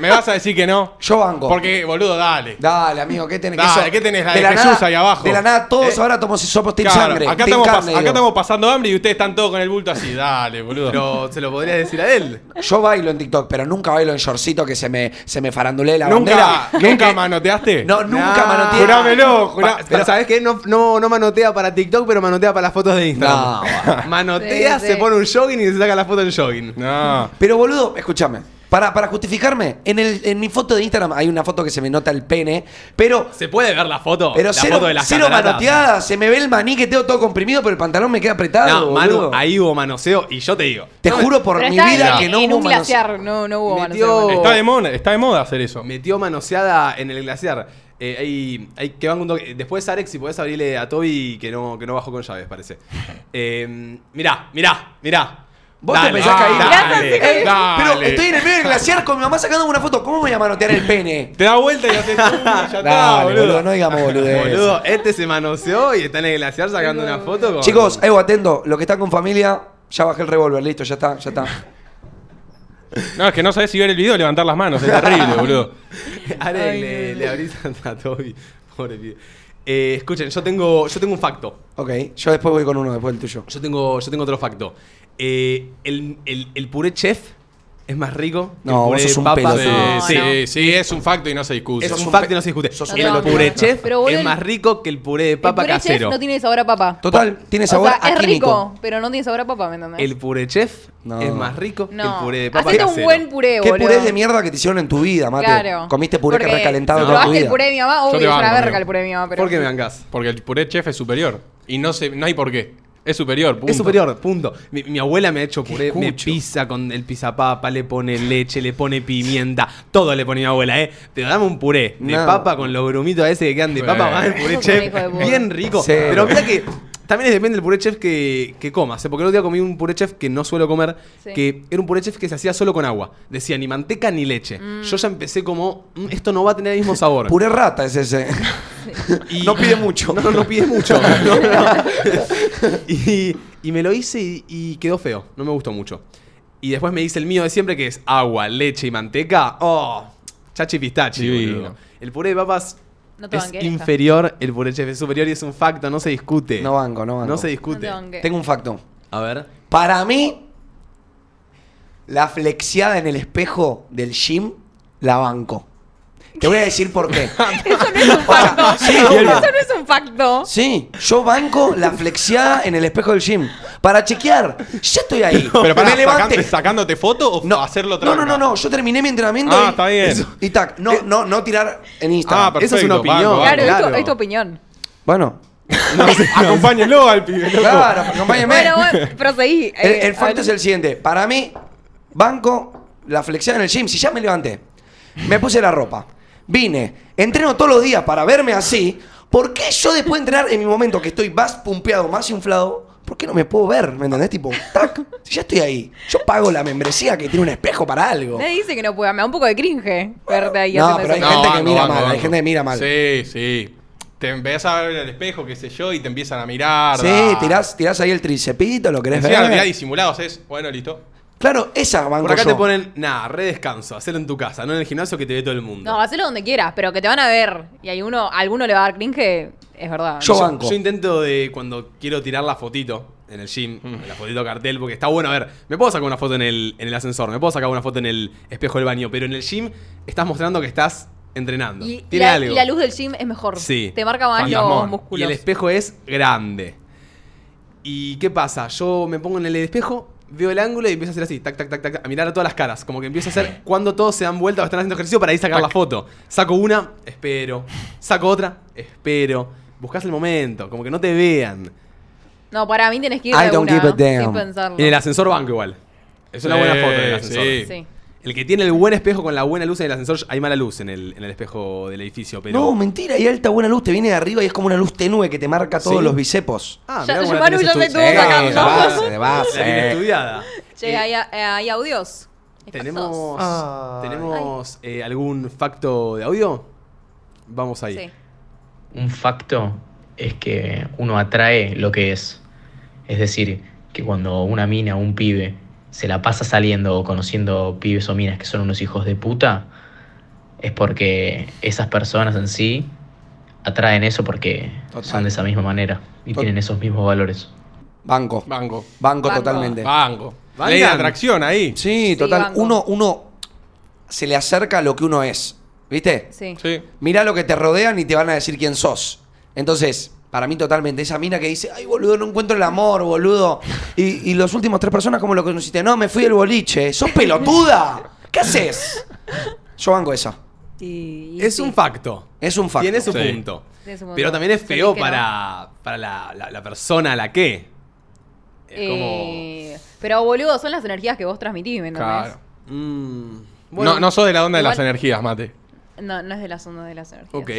¿Me vas a decir que no?
Yo banco.
Porque, boludo, dale.
Dale, amigo, ¿qué tenés?
Dale,
eso-
¿qué tenés? La
de
de Jesús
nada,
ahí abajo.
De la nada, todos
Eh,
ahora tomamos hisopos team
Claro,
sangre.
acá,
team
estamos, pas-
carne,
acá
digo.
estamos pasando hambre y ustedes están todos con el bulto así. Dale, boludo.
Pero se lo podrías decir a él.
Yo bailo en TikTok, pero nunca bailo en shortcito que se me, se me farandulé la
¿Nunca,
bandera.
¿nunca manoteaste?
No, nunca
Nah.
manoteé.
Jurámelo, jurá-
Pa- pero ¿Sabes qué? No, no, no manotea para TikTok, pero manotea para las fotos de Instagram. [LAUGHS] manotea,
Sí,
se
sí.
pone un jogging y se saca la foto en jogging.
No.
Pero boludo, escúchame. Para, para justificarme, en, el, en mi foto de Instagram hay una foto que se me nota el pene, pero,
¿Se puede ver la foto?
pero cero, cero
cataratas.
manoteada, se me ve el maní que tengo todo comprimido, pero el pantalón me queda apretado.
No,
boludo.
Manu, ahí hubo manoseo y yo te digo.
Te
no me-
juro por
Pero
mi
está
vida
en-
que no
en
hubo
un
manos-
glaciar, no, no hubo
Metió-
manoseo.
Está de, moda, está de moda hacer eso.
Metió manoseada en el glaciar. Eh, hay, hay que van un toque. Después, Arex, si podés abrirle a Toby que no, que no bajó con llaves, [LAUGHS] parece. Eh, mirá, mirá, mirá.
Vos te
Dale, Eh,
pensás que ahí- Eh,
dale,
Mirá,
dale.
Pero estoy en el medio del glaciar con mi mamá sacando una foto. ¿Cómo me voy a manotear el pene?
Te da vuelta y haces tú,
[LAUGHS]
ya está,
Dale,
boludo.
boludo, no digamos boludez.
Boludo, este se manoseó y está en el glaciar sacando una foto con.
Chicos, Evo, atento. Los que están con familia, ya bajé el revólver. Listo, ya está, ya está.
No, es que no sabes si ver el video o levantar las
[LAUGHS]
manos. Es terrible, boludo.
Arex, le, le abrís a Toby. Pobre pibe. Eh, escuchen, yo tengo, yo tengo un facto.
Ok, yo después voy con uno, después el tuyo.
Yo tengo, yo tengo otro facto. Eh, el, el- el puré chef es más rico que
No,
el
vos
puré
sos un
papas.
pelotudo.
No,
sí,
no.
sí, sí, es un facto y no se discute.
Es
Sos
un
un
fact
pe-
que Este no se discute.
sos
el
un pelotudo.
puré chef
Pero boludo,
es más rico que el puré de papa
el puré chef
casero.
no tiene sabor a papa.
Total, tiene sabor
o sea,
a
es
químico.
rico, pero no tiene sabor a papa, ¿me entendés?
El puré chef
No.
es más rico que
no.
el puré de papa
Hacete
casero.
un buen puré,
¿Qué
boludo.
purés de mierda que te hicieron en tu vida, mate?
Claro.
Comiste puré
Porque
recalentado
si
toda tu
probaste el
vida.
puré de mi mamá,
Yo te
obvio, es una
banco,
verga
amigo.
el puré de mi mamá. Pero... [LAUGHS]
¿Por qué me bancás?
Porque el puré chef es superior. Y no, se, no hay por qué. Es superior, punto.
Es superior, punto. Mi, mi abuela me ha hecho puré, me
escucho?
pisa con el pizapapa, le pone leche, le pone pimienta, todo le pone mi abuela, ¿eh? Pero dame un puré de
No.
papa con los grumitos a ese que quedan de papa,
Eh.
más el puré
Eso
chef.
es un hijo de puta.
Bien rico.
Sí.
Pero mira que también es depende del puré chef que, que comas, ¿eh? porque el otro día comí un puré chef que no suelo comer,
Sí.
que era un puré chef que se hacía solo con agua. Decía ni manteca ni leche.
Mm.
Yo ya empecé como, "Mm, esto no va a tener el mismo
[LAUGHS]
sabor. [LAUGHS]
Puré rata es ese.
Y-
No pide mucho.
No, no, no pide
[LAUGHS]
mucho. No, no. Y, y me lo hice y, y quedó feo. No me gustó mucho. Y después me hice el mío de siempre, que es agua, leche y manteca. ¡Oh! Chachi pistachi,
Divino.
boludo. El puré de papas
No te
es
banqué esta.
inferior, el puré chef es superior y es un facto, no se
[LAUGHS]
discute.
No banco, no banco.
No se
No te
discute.
banqué.
Tengo un facto.
A ver.
Para mí, la flexiada en el espejo del gym, la banco. Te voy a decir por qué.
[LAUGHS] Eso no es un facto. Eso no es un facto.
Sí, yo banco la flexiada en el espejo del gym. Para chequear, ya estoy ahí.
Pero para
me levanté.
sacándote foto o
No,
hacerlo otra
no, no, no, no, yo terminé mi entrenamiento
Ah,
y,
está bien. Eh,
Eso. y tac, no, no, no tirar en Instagram.
Ah,
Eso es
perfecto,
una opinión.
banco,
Claro,
banco.
Claro.
Es, tu, es tu opinión.
Bueno, [LAUGHS]
Acompáñenlo al pibe, loco.
claro, acompáñeme.
Bueno, bueno, proseguí. Eh,
El, el
a
facto
ver.
es el siguiente. Para mí, banco la flexión en el gym. Si ya me levanté, me puse la ropa, vine, entreno todos los días para verme así. ¿Por qué yo después de entrenar en mi momento que estoy más pumpeado, más inflado, ¿por qué no me puedo ver? ¿Me entendés? Tipo, tac, si ya estoy ahí, yo pago la membresía que tiene un espejo para algo.
Nadie dice que no pueda. Me da un poco de cringe verte ahí
No,
haciendo
pero hay
eso.
gente que
banco,
mira
banco,
mal, hay
banco.
gente que mira mal.
Sí, sí. Te empezás a ver en el espejo, qué sé yo, y te empiezan a mirar.
Sí, tirás, tirás ahí el tricepito, lo querés
Encima mirá
ver.
disimulados es, bueno, listo.
Claro, esa banco
Por acá
yo.
te ponen, nada, redescanso, hacelo en tu casa, no en el gimnasio que te ve todo el mundo.
No, hacelo donde quieras, pero que te van a ver. Y hay uno, a alguno le va a dar cringe, es verdad.
Yo banco.
Yo intento de cuando quiero tirar la fotito en el gym,
Mm.
la fotito cartel, porque está bueno, a ver, me puedo sacar una foto en el, en el ascensor, me puedo sacar una foto en el espejo del baño, pero en el gym estás mostrando que estás entrenando.
Y, y
Tiene
la,
algo.
y la luz del gym es mejor.
Sí.
Te marca más los
Fantasmón.
Y
músculos.
el espejo es grande. ¿Y qué pasa? Yo me pongo en el espejo, veo el ángulo y empiezo a hacer así, tac, tac, tac, tac, a mirar a todas las caras. Como que empiezo a hacer cuando todos se dan vuelta o están haciendo ejercicio para ir a sacar la foto. Saco una, espero. Saco otra, espero. Buscas el momento, como que no te vean.
No, para mí tienes que ir
I
de
don't
una,
give a damn.
sin pensarlo.
En el ascensor banco igual. Es una
Sí,
buena foto en el ascensor.
sí.
Sí.
El que tiene el buen espejo con la buena luz en el ascensor, hay mala luz en el, en el espejo del edificio, pero...
No, mentira, y alta buena luz te viene de arriba y es como una luz tenue que te marca todos
Sí.
los bicepos.
Ah,
Ya-
mirá cómo
yo,
la
Manu,
tenés
ya me
estu-
tuvo
Eh,
sacando.
la base,
de
la tiene estudiada.
Che, hay, eh, hay audios. ¿Hay
Tenemos,
pasos?
Ah.
¿tenemos eh, algún facto de audio? Vamos ahí.
Sí.
Un facto es que uno atrae lo que es. Es decir, que cuando una mina o un pibe se la pasa saliendo o conociendo pibes o minas que son unos hijos de puta, es porque esas personas en sí atraen eso porque son de esa misma manera y
Tot-
tienen esos mismos valores.
Banco. Banco,
Bango.
Eh.
totalmente.
Bango.
Bangan.
Ley de atracción ahí.
Sí,
Sí,
total.
banco.
Uno, uno se le acerca a lo que uno es. ¿Viste?
Sí.
Sí.
Mirá lo que te rodean y te van a decir quién sos. Entonces, para mí totalmente, esa mina que dice, ay, boludo, no encuentro el amor, boludo. Y, y los últimos tres personas, como lo conociste? No, me fui del boliche. ¡Sos pelotuda! ¿Qué haces? Yo banco esa.
Y- y
Es
sí.
un facto.
Es un facto.
Tiene su
Sí.
punto.
Tiene su punto.
Pero también es
Feliz
feo
que no.
para, para la, la- la persona a la que. Es
Eh, Pero boludo, son las energías que vos transmitís, ¿me entendés?
Claro.
como. mm,
no, no sos de la onda de las
igual-
energías, mate.
No, no es de las ondas de las energías.
Ok.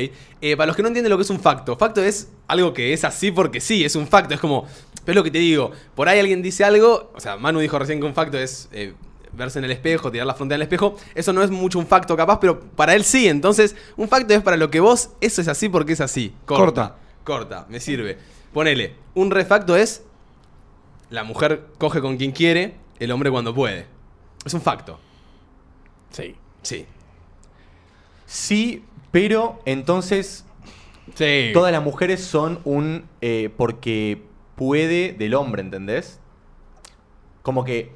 Eh, para los que no entienden lo que es un facto, facto es algo que es así porque sí, es un facto. Es como, pero es lo que te digo, por ahí alguien dice algo, o sea, Manu dijo recién que un facto es eh, verse en el espejo, tirar la frontera en el espejo. Eso no es mucho un facto capaz, pero para él sí. Entonces, un facto es para lo que vos, eso es así porque es así. Corta. Corta, me sirve. Ponele, un refacto es la mujer coge con quien quiere, el hombre cuando puede. Es un facto.
Sí.
Sí.
Sí, pero entonces
Sí.
todas las mujeres son un eh, porque puede del hombre, ¿entendés? Como que.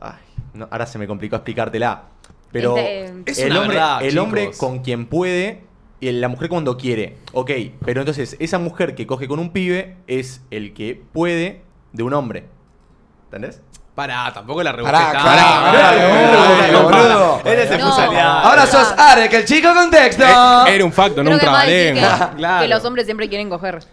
Ay, no, ahora se me complicó explicártela. Pero
Es de-
Es
el,
una
hombre,
verdad,
el hombre
chicos.
con quien puede y la mujer cuando quiere. Ok, pero entonces esa mujer que coge con un pibe es el que puede de un hombre. ¿Entendés?
Pará, tampoco la rebusqué
Pará,
tanto.
pará,
Pará,
pará, boludo.
Eres
No.
expulsaleado.
Ahora sos Arek, el chico contexto.
Eh, Era un facto, no
Creo
un
que más decir
trabalenguas. [LAUGHS]
que,
Claro.
que los hombres siempre quieren coger. Es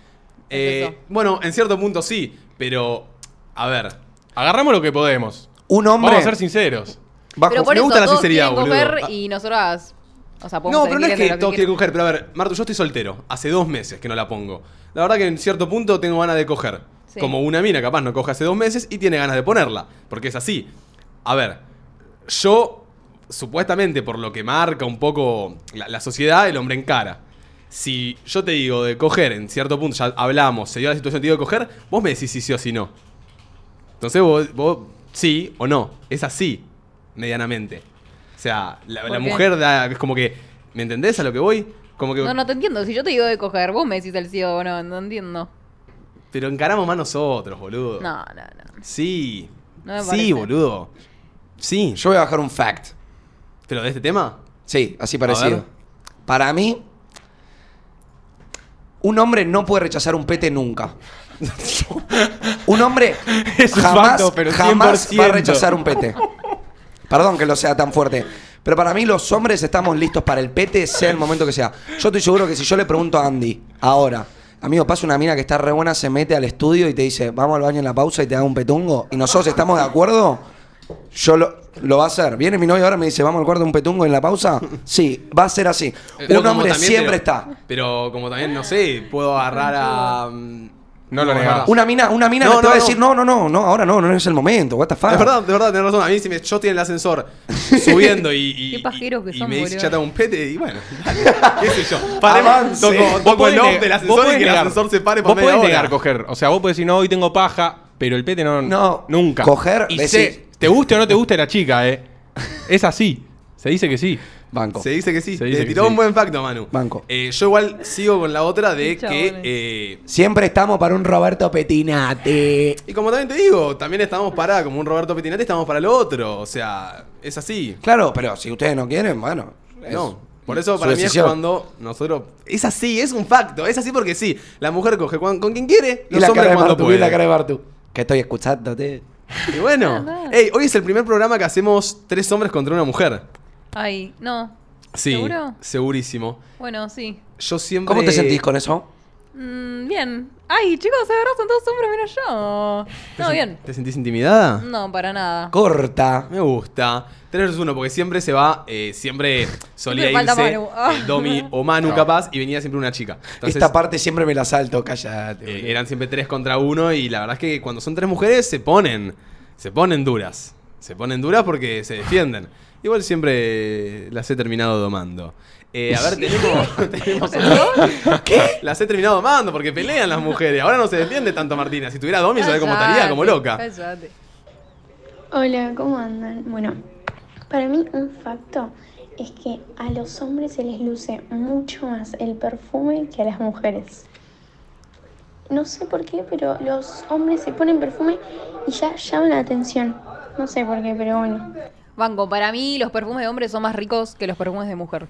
Eh,
eso.
bueno, en cierto punto sí, pero a ver,
Agarramos lo que podemos.
Un hombre.
Vamos a ser sinceros.
bajo-
Pero por
me
eso
gusta la
todos
sinceridad,
quieren
boludo.
coger y nosotras. O sea, podemos
No, pero no es
elegir entre
que
lo
todos quieren
quieran.
coger, pero a ver, Martu, yo estoy soltero. Hace dos meses que no la pongo. La verdad que en cierto punto tengo ganas de coger.
Sí.
Como una mina, capaz no coge hace dos meses y tiene ganas de ponerla. Porque es así. A ver, yo, supuestamente, por lo que marca un poco la, la sociedad, el hombre encara. Si yo te digo de coger, en cierto punto, ya hablamos, se dio la situación, te digo de coger, vos me decís si sí o si no. Entonces vos, vos sí o no. Es así, medianamente. O sea, la,
¿Por
la
qué?
mujer da, es como que. ¿Me entendés a lo que voy? Como que.
No, no te entiendo. Si yo te digo de coger, vos me decís el sí o no. No entiendo.
Pero encaramos más nosotros, boludo.
No, no, no.
Sí.
No me
sí,
parece.
boludo. Sí.
Yo voy a bajar un fact.
¿Pero de este tema?
Sí, así
A
parecido.
ver.
Para mí, un hombre no puede rechazar un pete nunca. un hombre
[LAUGHS] Es un
jamás,
facto, pero
jamás va a
100%.
rechazar un pete. Perdón que lo sea tan fuerte. Pero para mí los hombres estamos listos para el pete, sea el momento que sea. Yo estoy seguro que si yo le pregunto a Andy, ahora, amigo, pasa una mina que está re buena, se mete al estudio y te dice, vamos al baño en la pausa y te da un petungo, y nosotros estamos de acuerdo, yo lo, Lo va a hacer. Viene mi novia ahora y me dice, vamos al cuarto de un petungo en la
[LAUGHS]
pausa. Sí, va a ser así.
Eh, Pero
un
como
hombre
también,
siempre
pero-
está.
Pero como también, no sé, puedo agarrar a. No
lo negás.
Una mina, una mina
No,
que te
no,
va a
no.
decir, no, no, no, no, ahora no, no es el momento, what the fuck.
Es verdad, de verdad, tenés razón. A mí si me, yo estoy en el ascensor [LAUGHS] subiendo y,
Qué pajeros que
y
son,
me dice
boludo.
ya tengo un pete y bueno, dale, [LAUGHS] qué sé yo. Paremos,
Avance.
toco,
Vos
toco
podés
el off
negar-
del
vos
ascensor y
podés
que el
negar-
ascensor se pare por
Vos
media
podés
hora.
negar coger. O sea, vos podés decir, no, hoy tengo paja, pero el pete no.
No,
Nunca.
coger,
Y
decís-
sé, te guste o no te guste la chica, ¿eh? Es así. Se dice que sí.
Banco.
Se dice que sí. Te
Se dice que
tiró
sí.
un buen facto, Manu.
Banco.
Eh, yo igual sigo con la otra de que... eh,
Siempre estamos para un Roberto Petinate.
y como también te digo, también estamos para, como un Roberto Petinati, estamos para lo otro. O sea, es así.
Claro, pero si ustedes no quieren, bueno. es
No. Por eso
su
para mí
decisión.
es cuando nosotros... Es así, es un facto. Es así porque sí. La mujer coge cuan- con quien quiere,
Y
los
la cara
hombres
de
cuando
Bartu, y
pueden.
la cara de Bartu. Que estoy escuchándote.
Y bueno, ey, hoy es el primer programa que hacemos tres hombres contra una mujer.
Ay, no.
Sí,
¿Seguro?
segurísimo.
Bueno, sí.
Yo siempre...
¿Cómo te sentís con eso?
Mm, bien. Ay, chicos, de verdad son todos hombres menos yo.
¿Te
No,
sen-
bien.
¿Te sentís intimidada?
No, para nada.
Corta.
Me gusta. 3 versus 1, porque siempre se va, eh,
[LAUGHS]
siempre solía
falta
irse
Manu. Ah.
el
[LAUGHS]
Domi o Manu
No.
capaz y venía siempre una chica. Entonces,
Esta parte siempre me la salto, cállate.
eh, eran siempre 3 contra 1 y la verdad es que cuando son tres mujeres se ponen, se ponen duras. Se ponen duras porque se defienden. Igual siempre las he terminado domando. Eh,
[LAUGHS]
a ver, tenemos, tenemos [LAUGHS] otro- Las he terminado domando porque pelean las mujeres. Ahora no se defiende tanto Martina. Si tuviera Domi,
Ah,
sabe cómo estaría, como loca.
Cállate.
Hola, ¿cómo andan? Bueno, para mí un facto es que a los hombres se les luce mucho más el perfume que a las mujeres. No sé por qué, pero los hombres se ponen perfume y ya llaman la atención. No sé por qué, pero bueno.
Banco, para mí los perfumes de hombres son más ricos que los perfumes de mujer.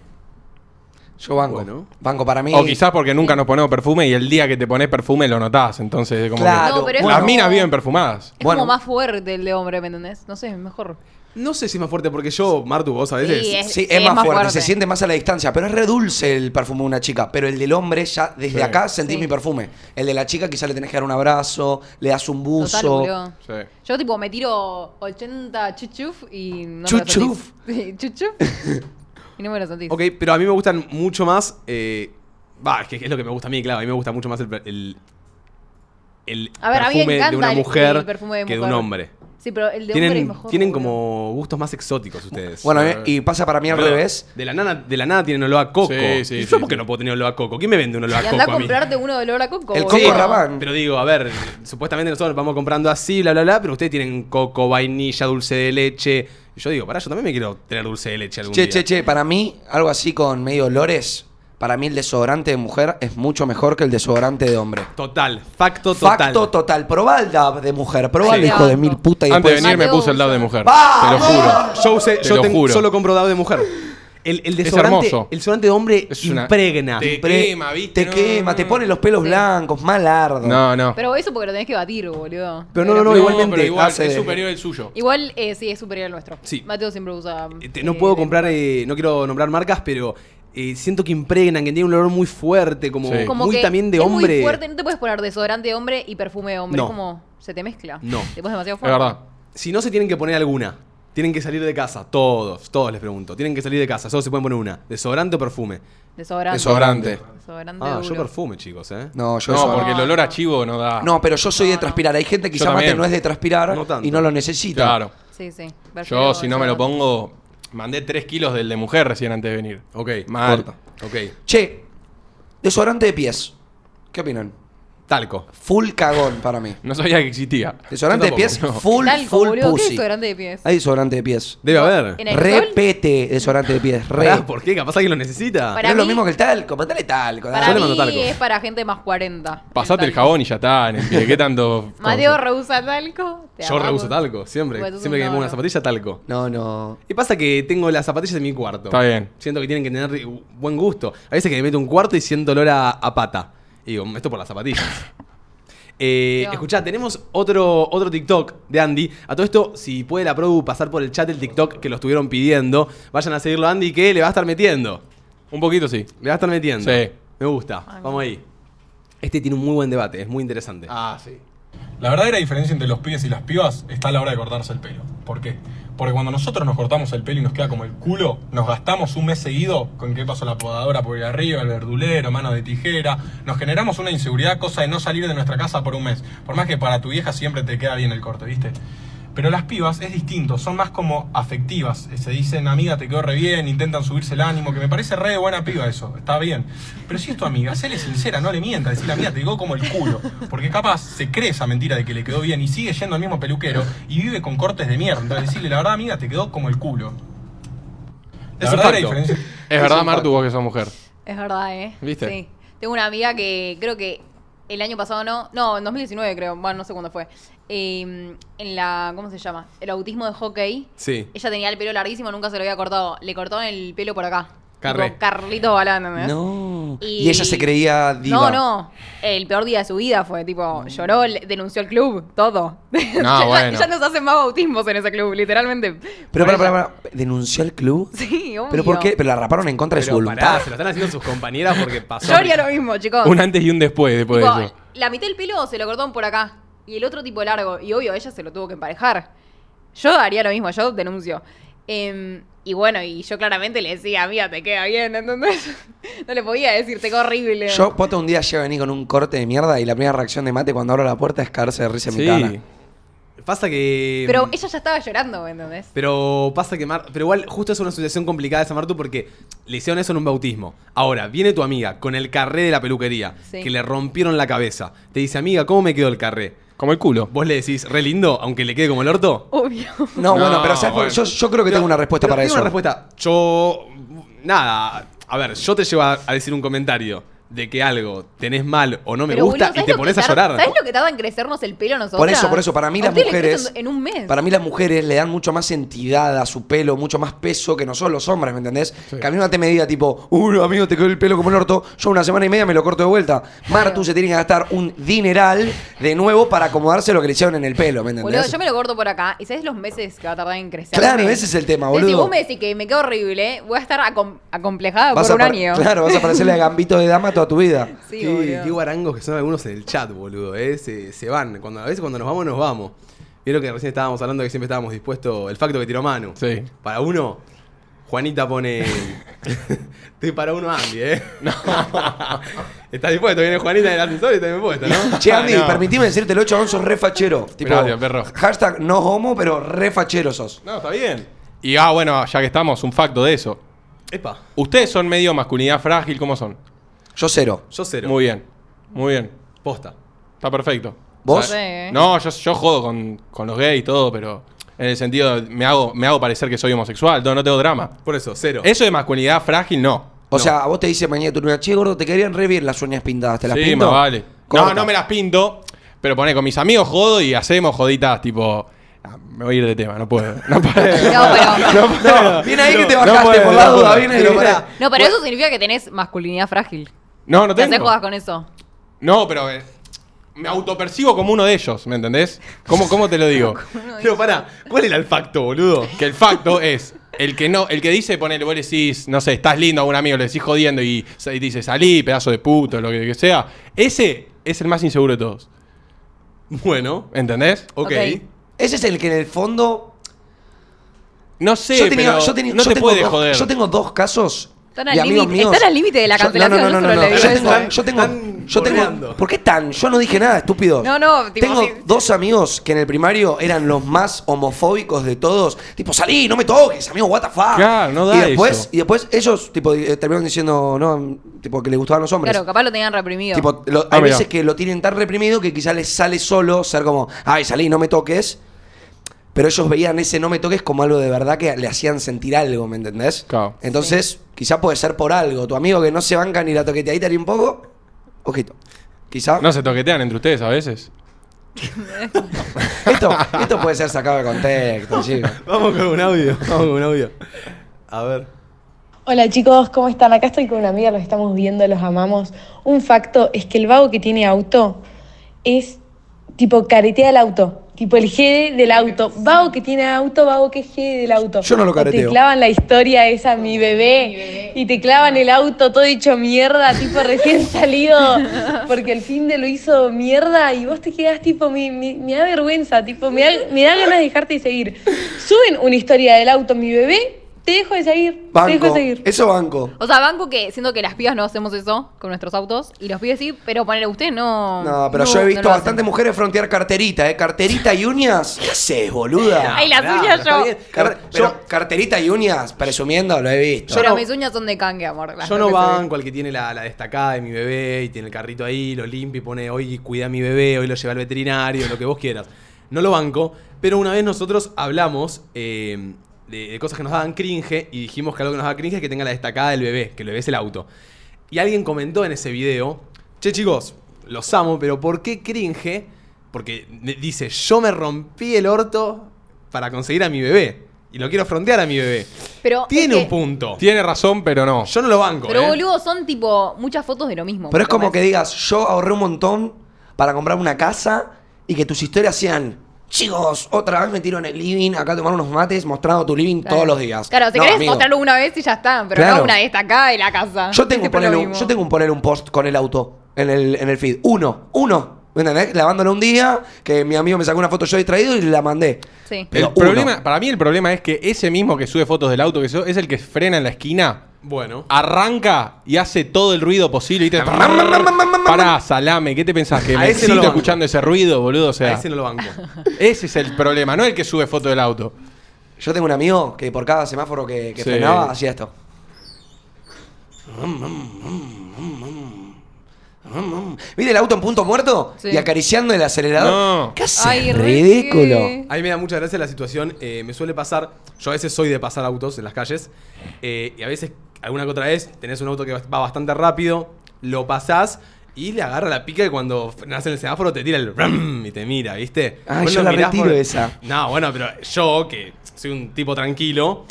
Yo banco. Banco para mí.
O quizás porque nunca nos ponemos perfume y el día que te pones perfume lo notás. Entonces, como
Claro.
que-
No, pero es
las
como-
minas viven perfumadas.
Es como más fuerte el de hombre, ¿me entendés? No sé, es mejor.
No sé si es más fuerte porque yo, Martu, vos a veces.
Sí, es-
Sí, es, más, fuerte, se siente más a la distancia, pero es re dulce el perfume de una chica, pero el del hombre ya desde
Sí.
acá sentís
Sí.
mi perfume. El de la chica quizás le tenés que dar un abrazo, le das un
Total,
buzo.
boludo.
Sí.
Yo tipo me tiro 80 chuchuf y no
Chuchuf.
me lo sentís. [LAUGHS] Sí, chuchuf. y no me lo sentís.
Ok, pero a mí me gustan mucho más. eh, Va, es que es lo que me gusta a mí, claro. A mí me gusta mucho más el, per- el, el
A ver, a mí me
perfume de
encanta
una
el-
mujer
el perfume de
que de un
mujer.
hombre.
Sí, pero el de
tienen
hombre es mejor.
tienen
boludo.
como gustos más exóticos ustedes.
Bueno, a mí-
Eh,
y pasa para mí al
boludo,
revés.
De la, nana, de la nada tienen olor a coco.
Sí, sí,
¿Y yo
sí,
por
sí.
qué no puedo tener olor a coco? ¿Quién me vende un olor a
Y
coco
andá a
a mí?
comprarte uno de olor a coco.
El
boludo.
coco rabán.
Pero digo, a ver, supuestamente nosotros vamos comprando así, bla, bla, bla, pero ustedes tienen coco, vainilla, dulce de leche. Y yo digo, pará, yo también me quiero tener dulce de leche algún
Che,
día.
che, che, para mí, algo así con medio olores, para mí el desodorante de mujer es mucho mejor que el desodorante de hombre.
Total, facto total.
Facto total. Probá el DAB de mujer, probá el
Sí.
hijo de mil puta y
Antes de
después. [LAUGHS]
venir me
Mateo,
puse el lado de mujer.
¡Vamos!
Te lo juro.
Ah. Yo, usé-
Te
yo
lo
tengo-
juro.
solo compro dado de mujer. El, el
Es
desodorante,
hermoso.
el desodorante de hombre
Es una-
impregna.
Te
Pre-
quema, ¿viste?
Te
No,
quema,
no,
te
no.
pone los pelos blancos, malardo.
No, no.
Pero eso porque lo tenés que batir, boludo.
Pero no, no, no,
No,
igualmente.
pero igual
hace
es
de-
superior el suyo.
Igual eh, sí, es superior al nuestro.
Sí.
Mateo siempre usa.
Eh, te- no
eh,
puedo
de-
comprar, eh, no quiero nombrar marcas, pero eh, siento que impregnan, que tiene un olor muy fuerte, como,
Sí.
Como
muy
que
también de
es
hombre.
Muy fuerte, no te puedes poner desodorante de hombre y perfume de hombre.
No.
Es como se te mezcla.
No.
Te pones demasiado
Es
fuerte.
verdad.
Si no se tienen que poner alguna, tienen que salir de casa, todos, todos les pregunto. Tienen que salir de casa, solo se pueden poner una. ¿Desodorante o perfume?
Desodorante.
Desodorante.
Desodorante
Ah, yo
duro.
perfume, chicos, ¿eh?
No, yo
No,
desodorante.
porque el olor a chivo no da.
No, pero yo soy de transpirar. Hay gente que
Yo
quizá Mate
también.
no es de transpirar
No tanto.
y no lo necesita.
Claro.
Sí, sí.
Yo,
Prefiero
si no me lo
desodorante.
pongo, mandé 3 kilos del de mujer recién antes de venir.
Ok,
Mal.
corta. Ok.
Che, desodorante de pies. ¿Qué opinan?
Talco.
Full cagón para mí.
No sabía que existía.
Desodorante de
Yo
pies,
tampoco.
full,
Talco,
full
boludo, ¿qué
pussy.
desodorante de pies?
Hay desodorante de pies.
Debe haber.
¿En aerosol?
Repete desodorante de pies. Re.
Pará, ¿Por qué? Capaz alguien lo necesita.
Pero es lo
mí-
mismo que el talco. Mandale talco. dale.
Para
le mando talco.
mí es para gente más 40.
Pasate el
talco.
jabón y ya está. en el pie. ¿Qué tanto?
Mateo rehúsa talco. te
Yo
amamos.
reuso talco, siempre.
Bueno, entonces
siempre que me
no,
pongo una
no.
zapatilla, talco.
No, no.
Y pasa que tengo las zapatillas en mi cuarto.
Está bien.
Siento que tienen que tener buen gusto. A veces que me meto un cuarto y siento olor a, a pata. Y digo, esto por las
[LAUGHS]
zapatillas. Eh,
Dios.
escuchá, tenemos otro, otro TikTok de Andy. A todo esto, si puede la Produ pasar por el chat el TikTok que lo estuvieron pidiendo, vayan a seguirlo a Andy que le va a estar metiendo.
Un poquito sí.
Le va a estar metiendo.
Sí.
Me gusta. Vamos ahí. Este tiene un muy buen debate, es muy interesante.
Ah, sí.
La verdadera diferencia entre los pibes y las pibas está a la hora de cortarse el pelo. ¿Por qué? Porque cuando nosotros nos cortamos el pelo y nos queda como el culo, nos gastamos un mes seguido con qué pasó la podadora por ahí arriba, el verdulero, mano de tijera. Nos generamos una inseguridad, cosa de no salir de nuestra casa por un mes. Por más que para tu vieja siempre te queda bien el corte, ¿viste? Pero las pibas es distinto, son más como afectivas. Eh, Se dicen, amiga, te quedó re bien, intentan subirse el ánimo, que me parece re buena piba eso, está bien. Pero si es tu amiga, séle sincera, no le mienta, decirle, amiga, te quedó como el culo. Porque capaz se cree esa mentira de que le quedó bien y sigue yendo al mismo peluquero y vive con cortes de mierda. Entonces decirle, la verdad, amiga, te quedó como el culo. La
Es
verdad,
un
la
facto.
diferencia-
Es verdad, Martu, vos que sos mujer.
Es verdad, ¿eh?
¿Viste?
Sí. Tengo una amiga que creo que el año pasado no, no, en 2019 creo, bueno, no sé cuándo fue. eh, en la, ¿cómo se llama? El autismo de hockey.
Sí.
Ella tenía el pelo larguísimo, nunca se lo había cortado. Le cortaron el pelo por acá.
Carré.
Tipo, Carlito Balán, ¿entendés?
No.
Y-
Y... ella se creía diva.
No, no. El peor día de su vida fue, tipo, lloró, le- denunció al club, todo.
No,
[LAUGHS] ya,
bueno.
ya nos hacen más bautismos en ese club, literalmente.
Pero para, para, ¿Denunció al club?
[LAUGHS] Sí, obvio.
¿Pero por qué? ¿Pero la raparon en contra de su
Pero pará,
voluntad?
se lo están haciendo sus compañeras
[LAUGHS]
porque pasó.
Yo haría lo mismo, chicos.
antes y un después, después
Tipo, la mitad del pelo se lo cortaron por acá y el otro tipo largo. Y obvio, ella se lo tuvo que emparejar. Yo haría lo mismo, yo denuncio. Em, y bueno, y yo claramente le decía, amiga, te queda bien, ¿entendés? [LAUGHS] No le podía decir, te queda horrible.
Yo, pote, un día llego a venir con un corte de mierda y la primera reacción de Mate cuando abro la puerta es caerse de risa en mi
Sí.
cara.
Pasa que. mm,
Pero ella ya estaba llorando, ¿entendés?
Pero pasa que Mar... Pero igual, justo es una situación complicada esa, Martu, porque le hicieron eso en un bautismo. Ahora, viene tu amiga con el carré de la peluquería,
Sí.
que le rompieron la cabeza. Te dice, amiga, ¿cómo me quedó el carré?
Como el culo.
Vos le decís, re lindo, aunque le quede como el orto.
Obvio.
No, bueno, pero ¿sabes por qué? Yo, yo creo que tengo una respuesta
Pero
para
tengo
eso.
una respuesta. Yo. Nada. A ver, yo te llevo a, a decir un comentario de que algo tenés mal o no me
Pero, boludo,
gusta y
¿sabés
te
lo que
pones a
tar-
llorar.
¿Sabés lo que tarda en crecernos el pelo nosotros?
Por eso, por eso, para mí las mujeres-
En un mes.
Para mí las mujeres le dan mucho más entidad a su pelo, mucho más peso que nosotros los hombres, ¿me entendés? Que a mí una te me diga tipo, uy, amigo, te quedó el pelo como el orto, yo una semana y media me lo corto de vuelta. Martu se tiene que gastar un dineral de nuevo para acomodarse lo que le hicieron en el pelo, ¿me
Boludo,
entendés?
yo me lo corto por acá y ¿sabes los meses que va a tardar en crecer?
Claro, ese es el tema,
Entonces, Si
boludo.
vos me decís que me quedo horrible, voy a estar acom- acomplejada
Vas
por
a
un
par-
año.
[LAUGHS] Claro, vas a parecerle a Gambito de Dama toda tu vida.
Sí,
Qué,
boludo.
qué guarangos que son algunos en el chat, boludo. eh, Se, se van. Cuando, a veces cuando nos vamos, nos vamos. Vieron que recién estábamos hablando de que siempre estábamos dispuestos. El facto que tiró Manu.
Sí.
Para uno, Juanita
[LAUGHS]
pone. Estoy para uno, Andy, ¿eh? [LAUGHS] No. Estás dispuesto, viene Juanita en el ascensor y estás dispuesto,
[LAUGHS]
¿no?
Che, Andy,
Ah, no.
permitime decirte, el 8 sos re fachero. Tipo,
Gracias, perro.
Hashtag no homo, pero re fachero sos.
No, está bien. Y ah, bueno, ya que estamos, un facto de eso.
Epa.
¿Ustedes son medio masculinidad frágil? ¿Cómo son?
Yo cero.
Yo cero.
Muy bien, muy bien.
Posta.
Está perfecto.
¿Vos?
O sea,
¿Eh? [LAUGHS]
Sí.
No, yo, yo jodo con, con los gays y todo, pero en el sentido de me hago, me hago parecer que soy homosexual, no, no tengo drama.
Por eso, cero.
Eso de masculinidad frágil, no.
O sea, a vos te dice mañana tu luna, che, gordo, te quedarían re bien las uñas pintadas, ¿te las
sí,
pinto?
más vale.
Corta.
No, no me las pinto, pero pone con mis amigos jodo y hacemos joditas tipo. ah, Me voy a ir de tema, no puedo.
[LAUGHS]
No puedo.
pero-
No, viene
[LAUGHS]
ahí que te
No
bajaste,
puedo,
por la
no
duda,
puedo.
viene y lo pará.
No, pero eso significa que tenés masculinidad frágil.
No, no
Te haces
tengo.
jodas con eso.
No, pero eh, me autopercibo como uno de ellos, ¿me entendés? ¿Cómo, cómo te lo digo?
Pero pará, ¿cuál era el facto, boludo?
Que el facto es el que no, el que dice, ponele, vos le decís, no sé, estás lindo a un amigo, le decís jodiendo y, sa- y te dice, salí, pedazo de puto, lo que, que sea. Ese es el más inseguro de todos.
Bueno,
¿entendés?
Ok. Ok.
Ese es el que en el fondo.
No sé,
yo tenía-
pero
yo tenía-
no
yo
te
tengo
puede
dos-
joder.
Yo tengo dos casos.
Están al
de amigos
límite-
míos.
están al límite de la
Yo- no,
cancelación,
No, no,
yo
no,
solo
no,
le
no.
digo
Yo
eso.
tengo. Yo tengo. Yo tengo ¿Por qué tan? Yo no dije nada, estúpido.
No, no, tipo,
Tengo
sí.
dos amigos que en el primario eran los más homofóbicos de todos. Tipo, salí, no me toques, amigo, what the fuck.
Claro, no da
y después,
eso.
Y después ellos, tipo, eh, terminaron diciendo, no, tipo, que les gustaban los hombres.
Claro, capaz lo tenían reprimido.
Tipo, lo-
Ah,
hay
mirá.
veces que lo tienen tan reprimido que quizás les sale solo ser como, ay, salí, no me toques. Pero ellos veían ese no me toques como algo de verdad que le hacían sentir algo, ¿me entendés?
Claro.
Entonces, quizás puede ser por algo. Tu amigo que no se banca ni la toqueteadita ni un poco, ojito. Quizá.
No se toquetean entre ustedes a veces.
Esto, esto puede ser sacado de contexto, chicos.
Vamos con un audio, vamos con un audio. A ver.
Hola chicos, ¿cómo están? Acá estoy con una amiga, los estamos viendo, los amamos. Un facto es que el vago que tiene auto es tipo caretea el auto.
Tipo el G del auto. Vago que tiene auto, vago que es G del auto.
Yo no lo
O Te
careteo.
clavan la historia esa, mi bebé, y te clavan el auto todo hecho mierda, tipo recién salido, porque el fin de lo hizo mierda, y vos te quedás tipo, me, me- me da vergüenza, tipo, me da, me da ganas de dejarte de seguir. Suben una historia del auto, mi bebé, te dejo de seguir, te dejo de
Banco.
seguir.
Eso banco.
O sea, banco que siento que las pibas no hacemos eso con nuestros autos y los pibes sí, pero poner usted no.
No, pero yo he visto bastantes mujeres frontear carterita, ¿eh? Carterita y uñas. ¿Qué haces, boluda?
Ay, las uñas
Ah, está
yo.
bien. Car- yo- carterita y uñas, presumiendo, lo he visto.
Pero mis uñas son de cangue, amor. las
Yo
tengo
no
que subir.
banco al que tiene la, la destacada de mi bebé y tiene el carrito ahí, lo limpia y pone, hoy cuida a mi bebé, hoy lo lleva al veterinario, lo que vos quieras. No lo banco, pero una vez nosotros hablamos eh, de, de cosas que nos daban cringe y dijimos que algo que nos daba cringe es que tenga la destacada del bebé, que el bebé es el auto. Y alguien comentó en ese video, che chicos, los amo, pero ¿por qué cringe? Porque me- dice, yo me rompí el orto para conseguir a mi bebé. Y lo quiero frontear a mi bebé.
Pero, es
Tiene
que-
un punto. Tiene razón, pero no. Yo no lo banco.
pero
¿eh?
boludo, son tipo muchas fotos de lo mismo.
Pero es como que digas, yo ahorré un montón para comprar una casa y que tus historias sean, chicos, otra vez me tiro en el living, acá a tomar unos mates, mostrando tu living
Claro.
todos los días.
Claro, si
No,
querés
amigo.
mostrarlo una vez y ya está, pero
Claro.
no una destacada de la casa.
Yo tengo,
Siempre
ponerle
lo
un,
mismo.
yo tengo que poner un post con el auto en el, en el feed. Uno, uno. ¿Me entendés? Lavándolo un día, que mi amigo me sacó una foto yo distraído y la mandé.
Sí.
Pero
el problema, para mí el problema es que ese mismo que sube fotos del auto, que so- es el que frena en la esquina,
Bueno.
arranca y hace todo el ruido posible. Y te... Pará, salame, ¿qué te pensás? Que
A
me
ese no lo
excito
banco.
escuchando ese ruido, boludo. O sea,
A ese no lo banco.
ese es el problema, no el que sube foto del auto.
Yo tengo un amigo que por cada semáforo que, que
Sí.
frenaba hacía esto. ¿Viste el auto en punto muerto?
Sí.
Y acariciando el acelerador. ¿Qué haces?
Ay, re
Ridículo.
A mí me da mucha gracia la situación. eh, me suele pasar. Yo a veces soy de pasar autos en las calles. eh, y a veces, alguna que otra vez, tenés un auto que va bastante rápido. Lo pasás y le agarra la pica. Y cuando nace en el semáforo, te tira el ram y te mira, ¿viste?
Ay,
Vos
Ah, yo
lo
la
mirás
retiro esa.
No, bueno, pero yo, que soy un tipo tranquilo.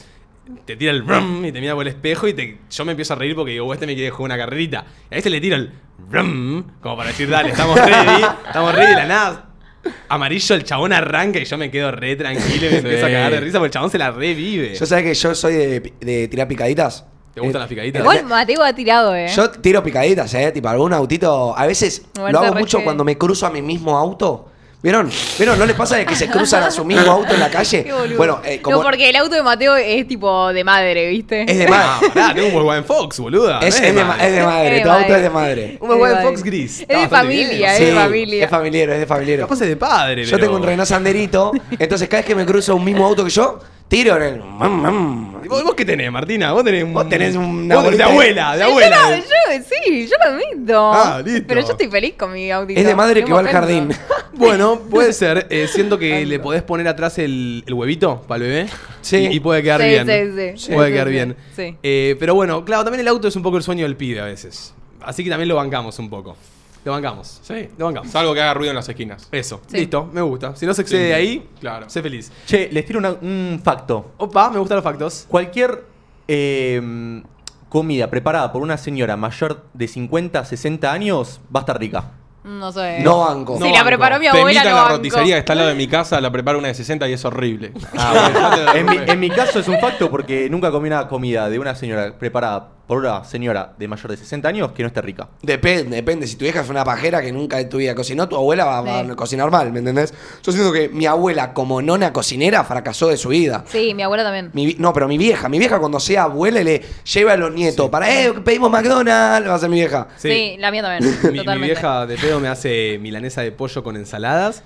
Te tira el ram y te mira por el espejo y te, yo me empiezo a reír porque digo, "Oh, este me quiere jugar una carrerita. Y a veces le tiro el ram, como para decir, dale, estamos ready, estamos ready de la nada. Amarillo, el chabón arranca y yo me quedo re tranquilo y me empiezo a cagar de risa porque el chabón se la revive.
Yo sabés que yo soy de, de tirar picaditas. Eh,
¿Te gustan las picaditas?
Igual Mateo ha tirado, eh.
Yo tiro picaditas, ¿eh? Tipo, algún autito. A veces
Igual
lo
te
hago
re
mucho
que-
cuando me cruzo a mi mismo auto. ¿Vieron? ¿Vieron? ¿No les pasa de que se cruzan a su mismo auto en la calle?
[LAUGHS] Qué boludo.
Bueno, eh, como
No, porque el auto de Mateo es tipo de madre, ¿viste?
Es de madre.
Ah, pará, tengo un Volkswagen Fox, boluda.
es,
no
Ah, es de, ma- es
[LAUGHS]
de madre,
Es de
tu auto
madre.
es de madre.
Un Volkswagen Fox gris.
Es
Está
de
bastante
familia,
Sí,
es de familia.
Es familiar, es de familiar.
Capaz es de padre,
Yo
pero-
tengo un Renault Sanderito, entonces cada vez que me cruzo un mismo auto que yo, tiro en el. mam, mam.
¿Y ¿Vos, vos qué tenés, Martina? Vos tenés un... Vos
tenés una
de,
bolita de-
abuela, de
Sí,
abuela.
Yo, yo- sí, yo lo admito.
Ah, listo.
Pero yo estoy feliz con mi autito.
Es de madre
No
que
me
va al
ofendo.
jardín.
[LAUGHS]
Bueno, puede ser. Eh, siento que le podés poner atrás el, el huevito para el bebé. Sí. Y, y puede quedar
Sí,
bien.
sí, sí.
Puede
Sí,
quedar
sí,
bien.
sí.
Eh, pero bueno, claro, también el auto es un poco el sueño del pibe a veces. Así que también lo bancamos un poco. Lo bancamos. Sí. Lo bancamos.
Salvo que haga ruido en las esquinas.
Eso.
Sí.
Listo, me gusta. Si no se excede
Sí.
ahí,
Claro.
sé feliz.
Che, les tiro una- un facto.
Opa, me gustan los factos.
Cualquier eh, comida preparada por una señora mayor de 50, 60 años va a estar rica.
No sé. Si
No
la
banco.
preparó mi
Te
abuela,
invitan
no
a la
banco.
roticería que está al lado de mi casa, la prepara una de 60 y es horrible.
en, mi, en mi caso es un facto porque nunca comí una comida de una señora preparada por una señora de mayor de 60 años que no esté rica.
Depende, depende. Si tu vieja es una pajera que nunca en tu vida cocinó, tu abuela va, va
Sí.
a cocinar mal, ¿me entendés? Yo siento que mi abuela, como nona cocinera, fracasó de su vida.
Sí, mi abuela también.
Mi vi- no, pero mi vieja, mi vieja cuando sea abuela le lleva a los nietos para, eh, pedimos McDonald's, va a ser mi vieja.
Sí, la mía también.
Mi- Mi,
totalmente.
vieja Ah, de pedo me hace milanesa de pollo con ensaladas.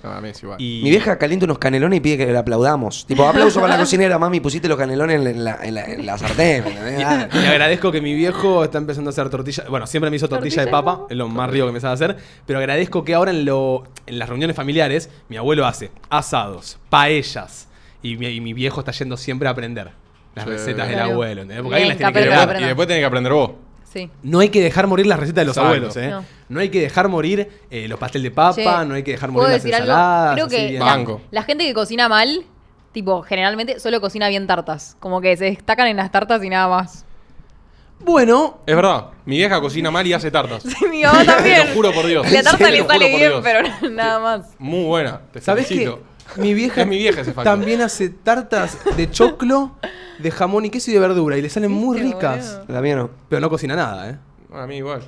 Y
Mi vieja calienta unos canelones y pide que le aplaudamos. Tipo, aplauso para la cocinera, mami, pusiste los canelones en la, en la- en la sartén. ¿me entendés? Ah.
Y agradezco que mi viejo está empezando a hacer tortilla. Bueno, siempre me hizo tortilla, de papa, es lo más rico que me sabe hacer. Pero agradezco que ahora en, lo, en las reuniones familiares, mi abuelo hace asados, paellas. Y mi, y mi viejo está yendo siempre a aprender las
Sí.
recetas del
Claro.
abuelo. ¿entendés? Porque alguien
Bien,
las tiene que
capaz que
heredar.
aprenda. Y después tenés que aprender vos.
Sí.
No hay que dejar morir las recetas de los
Exacto.
abuelos, ¿eh?
No.
No. hay que dejar morir eh, los pastel de papa,
Che,
no hay que dejar
¿puedo
morir las
decir algo?
ensaladas.
Creo
así
que
bien.
la, la gente que cocina mal, tipo, generalmente solo cocina bien tartas. Como que se destacan en las tartas y nada más. [LAUGHS]
Bueno.
Es verdad, mi vieja cocina mal y
[LAUGHS]
hace tartas.
Sí, mi mamá
Te
también.
lo juro por Dios.
La tarta
Te
le
lo juro
sale
por
bien,
Dios.
pero [LAUGHS] nada más.
Muy buena, te
¿Sabés
felicito.
qué? Mi
[LAUGHS]
vieja,
Es mi vieja ese factor.
también hace tartas de choclo, de jamón y queso y de verdura. Y le salen muy ricas.
La mía no.
Pero no cocina nada, ¿eh?
Bueno, a mí igual.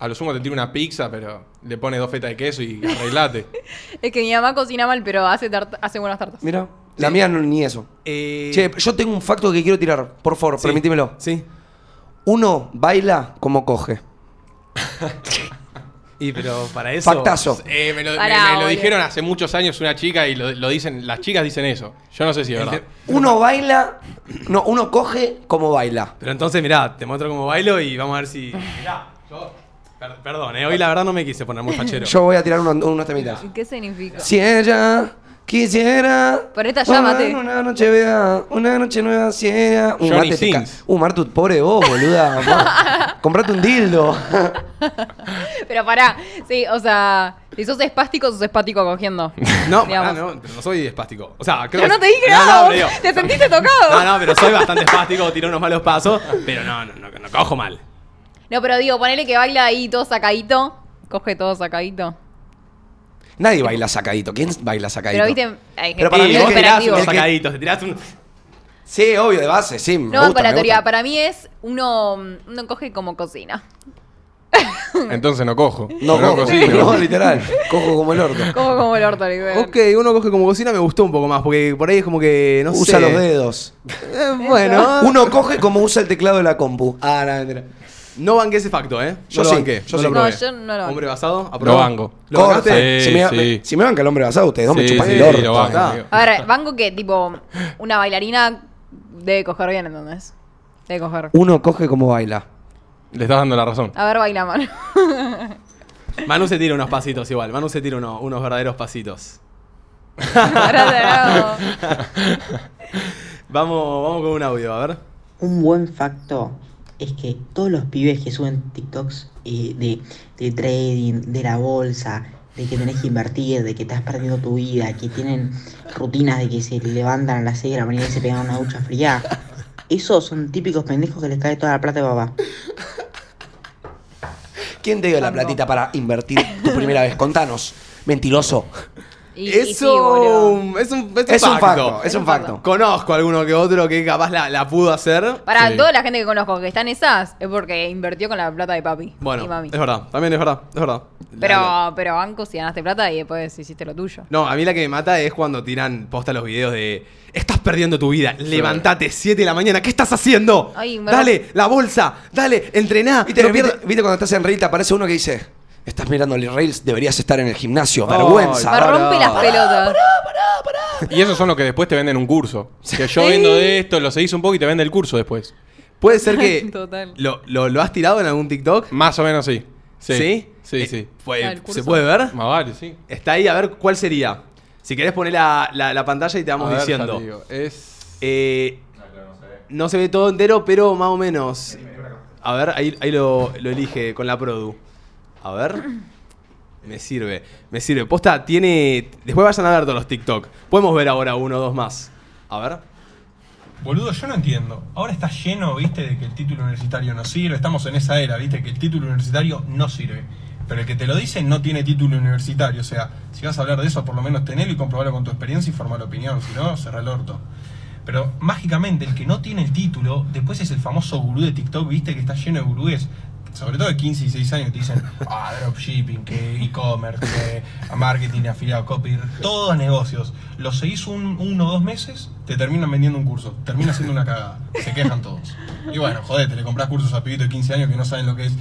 A lo sumo te tiro una pizza, pero le pone dos fetas de queso y
[LAUGHS]
arreglate.
Es que mi mamá cocina mal, pero hace, tarta- hace buenas tartas.
Mira, la mía no, ni eso. Che, yo tengo un facto que quiero tirar, por favor, permítemelo.
Sí.
Uno baila como coge.
Y pero para eso.
Factazo.
Eh, me lo, me-
Pará,
me lo
boludo.
dijeron hace muchos años una chica y lo, lo dicen, las chicas dicen eso. Yo no sé si es verdad.
Uno baila, no, uno coge como baila.
Pero entonces, mirá, te muestro cómo bailo y vamos a ver si. Mirá, yo. per- perdón, ¿eh? hoy la verdad no me quise poner muy fachero.
Yo voy a tirar uno- unos temitas.
¿Qué significa? [LAUGHS]
Si ella quisiera.
Por esta llámate.
Una, una noche vea, una noche nueva si ella. Uh,
Johnny
Marte, te ca-
Sins.
Uh, Martu, pobre de vos, boluda.
[LAUGHS]
Ma, Comprate un dildo.
Pero pará, sí, o sea, si sos espástico, sos espático cogiendo.
[LAUGHS]
[LAUGHS]
No,
Digamos.
pará, no, pero no soy espástico. O sea, creo
Pero
que-
no te dije
No,
nada,
no,
vos.
pero digo-
te sentiste tocado.
No, no, pero soy bastante espástico, tiro unos malos pasos, pero no, no, no, no cojo mal.
No, pero digo, ponele que baila ahí todo sacadito. Coge todo sacadito.
Nadie baila sacadito. ¿Quién baila
Pero
sacadito?
viste, hay
Pero
gente
para mí
que
es
es
que tirás
operativo.
unos saca-
Sacaditos, te tirás un.
Sí, obvio, de base, sí. me
No
gusta, me
bancaratoria,
gusta.
para mí es uno, uno coge como cocina. [LAUGHS]
Entonces no cojo.
No,
Pero
cojo,
cocino.
no, literal. Cojo como el orto.
Cojo como el orto, literal.
Ok, uno coge como cocina, me gustó un poco más, porque por ahí es como que no
usa
sé.
los dedos.
Eh, bueno,
Uno coge como usa el teclado de la compu. Ah, la mentira.
no banqué ese facto, ¿eh?
Yo
no
sí,
lo banqué.
yo
no
sí.
lo probé.
No, yo no lo banqué.
Hombre basado,
Lo
aprobado.
banco.
¿Lo
Corta.
bancaste?
Si,
Sí,
me,
sí.
si me banca el hombre basado, ustedes dos me
Sí,
chupan
sí,
el orto.
lo banco,
Ah.
amigo.
A ver, banco que tipo una bailarina debe coger bien, entonces. Debe coger.
Uno coge como baila.
Le estás dando la razón.
A ver, baila mano.
Manu se tira unos pasitos igual, Manu se tira uno- unos verdaderos pasitos.
[LAUGHS] Pará, tarado.
Vamos, vamos con un audio, a ver.
Un buen facto es que todos los pibes que suben TikToks eh, de, de trading, de la bolsa, de que tenés que invertir, de que estás perdiendo tu vida, que tienen rutinas de que se levantan a las 6 de la mañana y se pegan una ducha fría, esos son típicos pendejos que les cae toda la plata de papá.
¿Quién te dio la platita para invertir tu primera vez? Contanos. Mentiroso.
Y- y sí,
Eso
boludo.
es un, es un
Es un
facto.
facto, es un facto.
Conozco alguno que otro que capaz la, la pudo hacer.
Para
Sí.
toda la gente que conozco que están esas, es porque invirtió con la plata de papi y
Bueno,
mami.
es verdad, también es verdad, es verdad. La- la-
Pero, pero banco si ganaste plata y después hiciste lo tuyo.
No, a mí la que me mata es cuando tiran posta los videos de Estás perdiendo tu vida, levantate 7 de la mañana, ¿qué estás haciendo?
Ay, me-
dale, la bolsa, dale, entrená.
¿Viste,
no
viste-
pierdas-
viste cuando estás en Reddit aparece uno que dice, estás mirando el Reels, deberías estar en el gimnasio. Vergüenza.
Me
Pará,
rompe las
pará,
pelotas.
Y esos son los que después te venden un curso. Que yo vendo de esto, lo seguís un poco y te vende el curso después.
Puede ser que
[LAUGHS] Total.
lo, lo- lo has tirado en algún TikTok.
Más o menos sí. Sí.
¿Sí?
Sí,
Eh,
sí.
fue-
Ah, el curso.
¿Se puede ver?
Más vale, sí.
Está ahí, a ver cuál sería. Si querés poner la, la- la pantalla y te vamos
A ver, ya
diciendo.
te digo, Es.
Eh, no se ve todo entero, pero más o menos. A ver, ahí, ahí lo, lo elige con la Produ. A ver. Me sirve, me sirve. Posta, tiene. Después vayan a ver todos los TikTok. Podemos ver ahora uno o dos más. A ver.
Boludo, yo no entiendo. Ahora está lleno, viste, de que el título universitario no sirve. Estamos en esa era, viste, que el título universitario no sirve. Pero el que te lo dice no tiene título universitario. O sea, si vas a hablar de eso, por lo menos tenelo y comprobarlo con tu experiencia y formar opinión. Si no, cerra el orto. Pero mágicamente, el que no tiene el título, después es el famoso gurú de TikTok, viste, que está lleno de gurúes. Sobre todo de 15 y 6 años te dicen, [LAUGHS] ah, dropshipping, que e-commerce, que marketing, afiliado, copy, todos negocios. Los seguís un, uno o dos meses, te terminan vendiendo un curso, termina siendo una cagada, se quejan todos. Y bueno, jodete, le compras cursos a pibitos de 15 años que no saben lo que es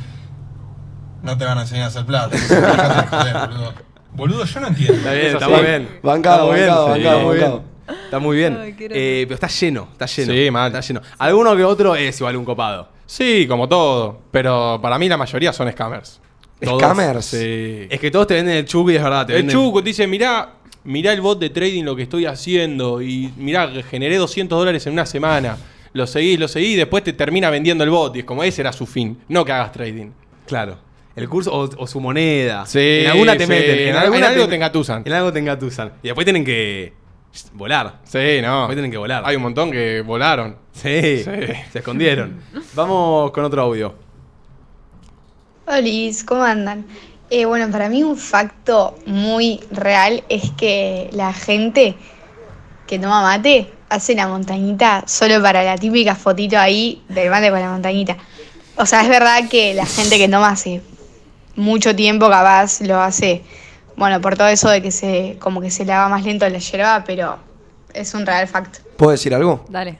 no te van a enseñar a hacer
[LAUGHS]
plata. Déjate de joder, boludo. Boludo, yo no entiendo.
Está bien,
Es
está
así.
muy bien.
Bancado,
Está muy
bancado,
bien.
bancado,
Sí, muy bien.
bancado.
Está muy bien.
Ay, qué
Eh, pero está lleno, está lleno.
Sí, mal.
Está lleno. Alguno que otro es igual un copado.
Sí, como todo. Pero para mí la mayoría son scammers.
Todos.
Scammers.
Sí.
Es que todos te venden el chuco y es verdad. Te
El
venden-
Chuco te dice, mirá, mirá el bot de trading lo que estoy haciendo y mirá, generé 200 dólares en una semana. Lo seguís, lo seguís y después te termina vendiendo el bot. Y es como, ese era su fin. No que hagas trading.
Claro. El curso o, o su moneda.
Sí,
En alguna te
sí.
meten. En,
En
alguna
algo te engatusan.
En algo te engatusan. Y después tienen que volar.
Sí, no.
Después tienen que volar.
Hay un montón que volaron.
Sí,
Sí.
Se
[LAUGHS]
escondieron. Vamos con otro audio.
Hola, ¿cómo andan?
Eh, bueno, para mí un facto muy real es que la gente que toma mate hace la montañita solo para la típica fotito ahí del mate con la montañita. O sea, es verdad que la gente que toma hace mucho tiempo capaz lo hace, bueno, por todo eso de que se como que se lava más lento la yerba, pero es un real facto.
¿Puedo decir algo?
Dale.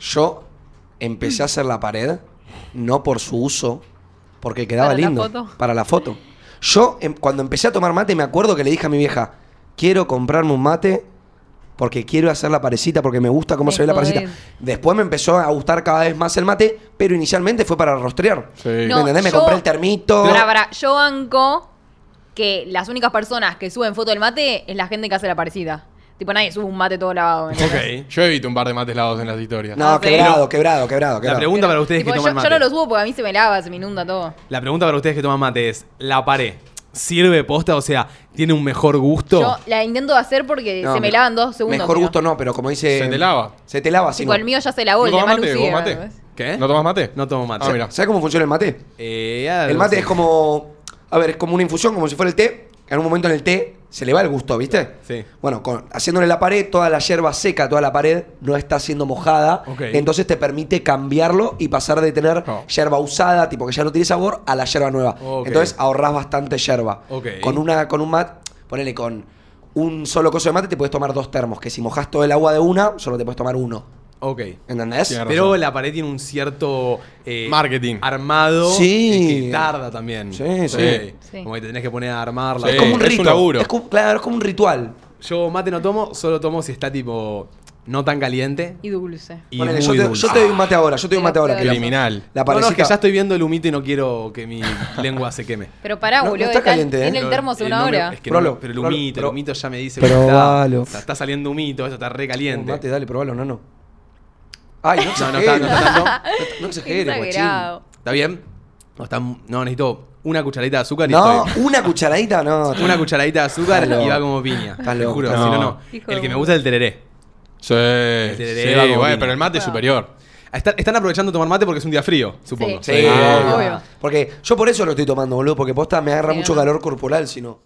Yo empecé a hacer la pared no por su uso, porque quedaba
¿Para la
lindo
foto?
para la foto. Yo em- cuando empecé a tomar mate me acuerdo que le dije a mi vieja, quiero comprarme un mate porque quiero hacer la parecita, porque me gusta cómo
Me
se ve la parecita.
jodés.
Después me empezó a gustar cada vez más el mate, pero inicialmente fue para rostrear. ¿Me
No,
entendés? Me
yo-
compré el termito.
Pará, pará, yo banco que las únicas personas que suben foto del mate es la gente que hace la parecida. Tipo, nadie sube un mate todo lavado. ¿me entendés?
Ok, yo evito un par de mates lavados en las historias.
No,
Ah, sí.
quebrado, quebrado, quebrado,
La
quebrado.
pregunta para ustedes que
Tipo, yo,
toman
yo no
mate.
lo subo porque a mí se me lava, se me inunda todo.
La pregunta para ustedes que toman mate es, ¿la pared sirve posta? O sea, ¿tiene un mejor gusto?
Yo la intento hacer porque
No,
se me,
me-
lavan dos segundos.
Mejor
pero-
gusto no, pero como dice... Se te lava. Se te lava, si
Tipo,
no.
el mío ya se lavó, el de Manu sigue, ¿ves?
¿Qué?
¿No tomas mate?
No tomo mate. Eh,
Sa- ¿Sabes cómo funciona el mate? Ah, el mate es como. A ver, es como una infusión, como si fuera el té. En un momento en el té se le va el gusto, ¿viste?
Sí.
Bueno, con- haciéndole la pared, toda la hierba seca, toda la pared no está siendo mojada.
Ok. Oh.
Entonces te permite cambiarlo y pasar de tener hierba usada, tipo que ya no tiene sabor, a la hierba nueva.
Ok.
Entonces ahorrás bastante hierba.
Ok.
Con, una, con un mat, ponele con un solo coso de mate, te puedes tomar dos termos. Que si mojas todo el agua de una, solo te puedes tomar uno.
Ok.
¿Entendés?
Pero la pared tiene un cierto eh,
Marketing.
armado
Sí.
eh, que tarda también.
Sí, sí.
Sí.
Como que te tenés que poner a armarla.
es como un rito. Es como- claro, es como un ritual.
Yo mate no tomo, solo tomo si está tipo no tan caliente.
Y dulce.
Y
Ponele,
muy
yo, te,
dulce.
yo te doy un mate ahora, yo te doy un mate ahora. que la- La
No, no, es que
parecita-
ya estoy viendo el humito y no quiero que mi [LAUGHS] lengua se queme.
Pero pará,
No- no
boludo.
está
está-
caliente, ¿eh?
Tiene el termo hace
Eh,
una
no me-
hora.
es que no me-
Prolo,
pero el
prolo,
humito, el
prolo.
humito ya me dice
Probalo.
que está, está saliendo humito, esto está re
Un
caliente.
mate, dale, probalo, no, no. Ay, no
[LAUGHS] No, no
exageres.
está, no está tanto.
No exageres, guachín.
Exagerado.
¿Está bien? No, está- no, necesito una cucharadita de azúcar y
No,
estoy.
una cucharadita, no.
[LAUGHS] Una cucharadita de azúcar
Está
y va
loco.
como piña.
Está
Te
loco.
juro,
No.
si no, no.
Hijo
El
de
que me
puta.
gusta es el tereré.
Sí.
El tereré
sí,
va como
bueno,
piña.
pero el mate es superior.
Está- están aprovechando tomar mate porque es un día frío, supongo.
Ah. Sí, porque yo por eso lo estoy tomando, boludo, porque posta me agarra mucho calor corporal, si no.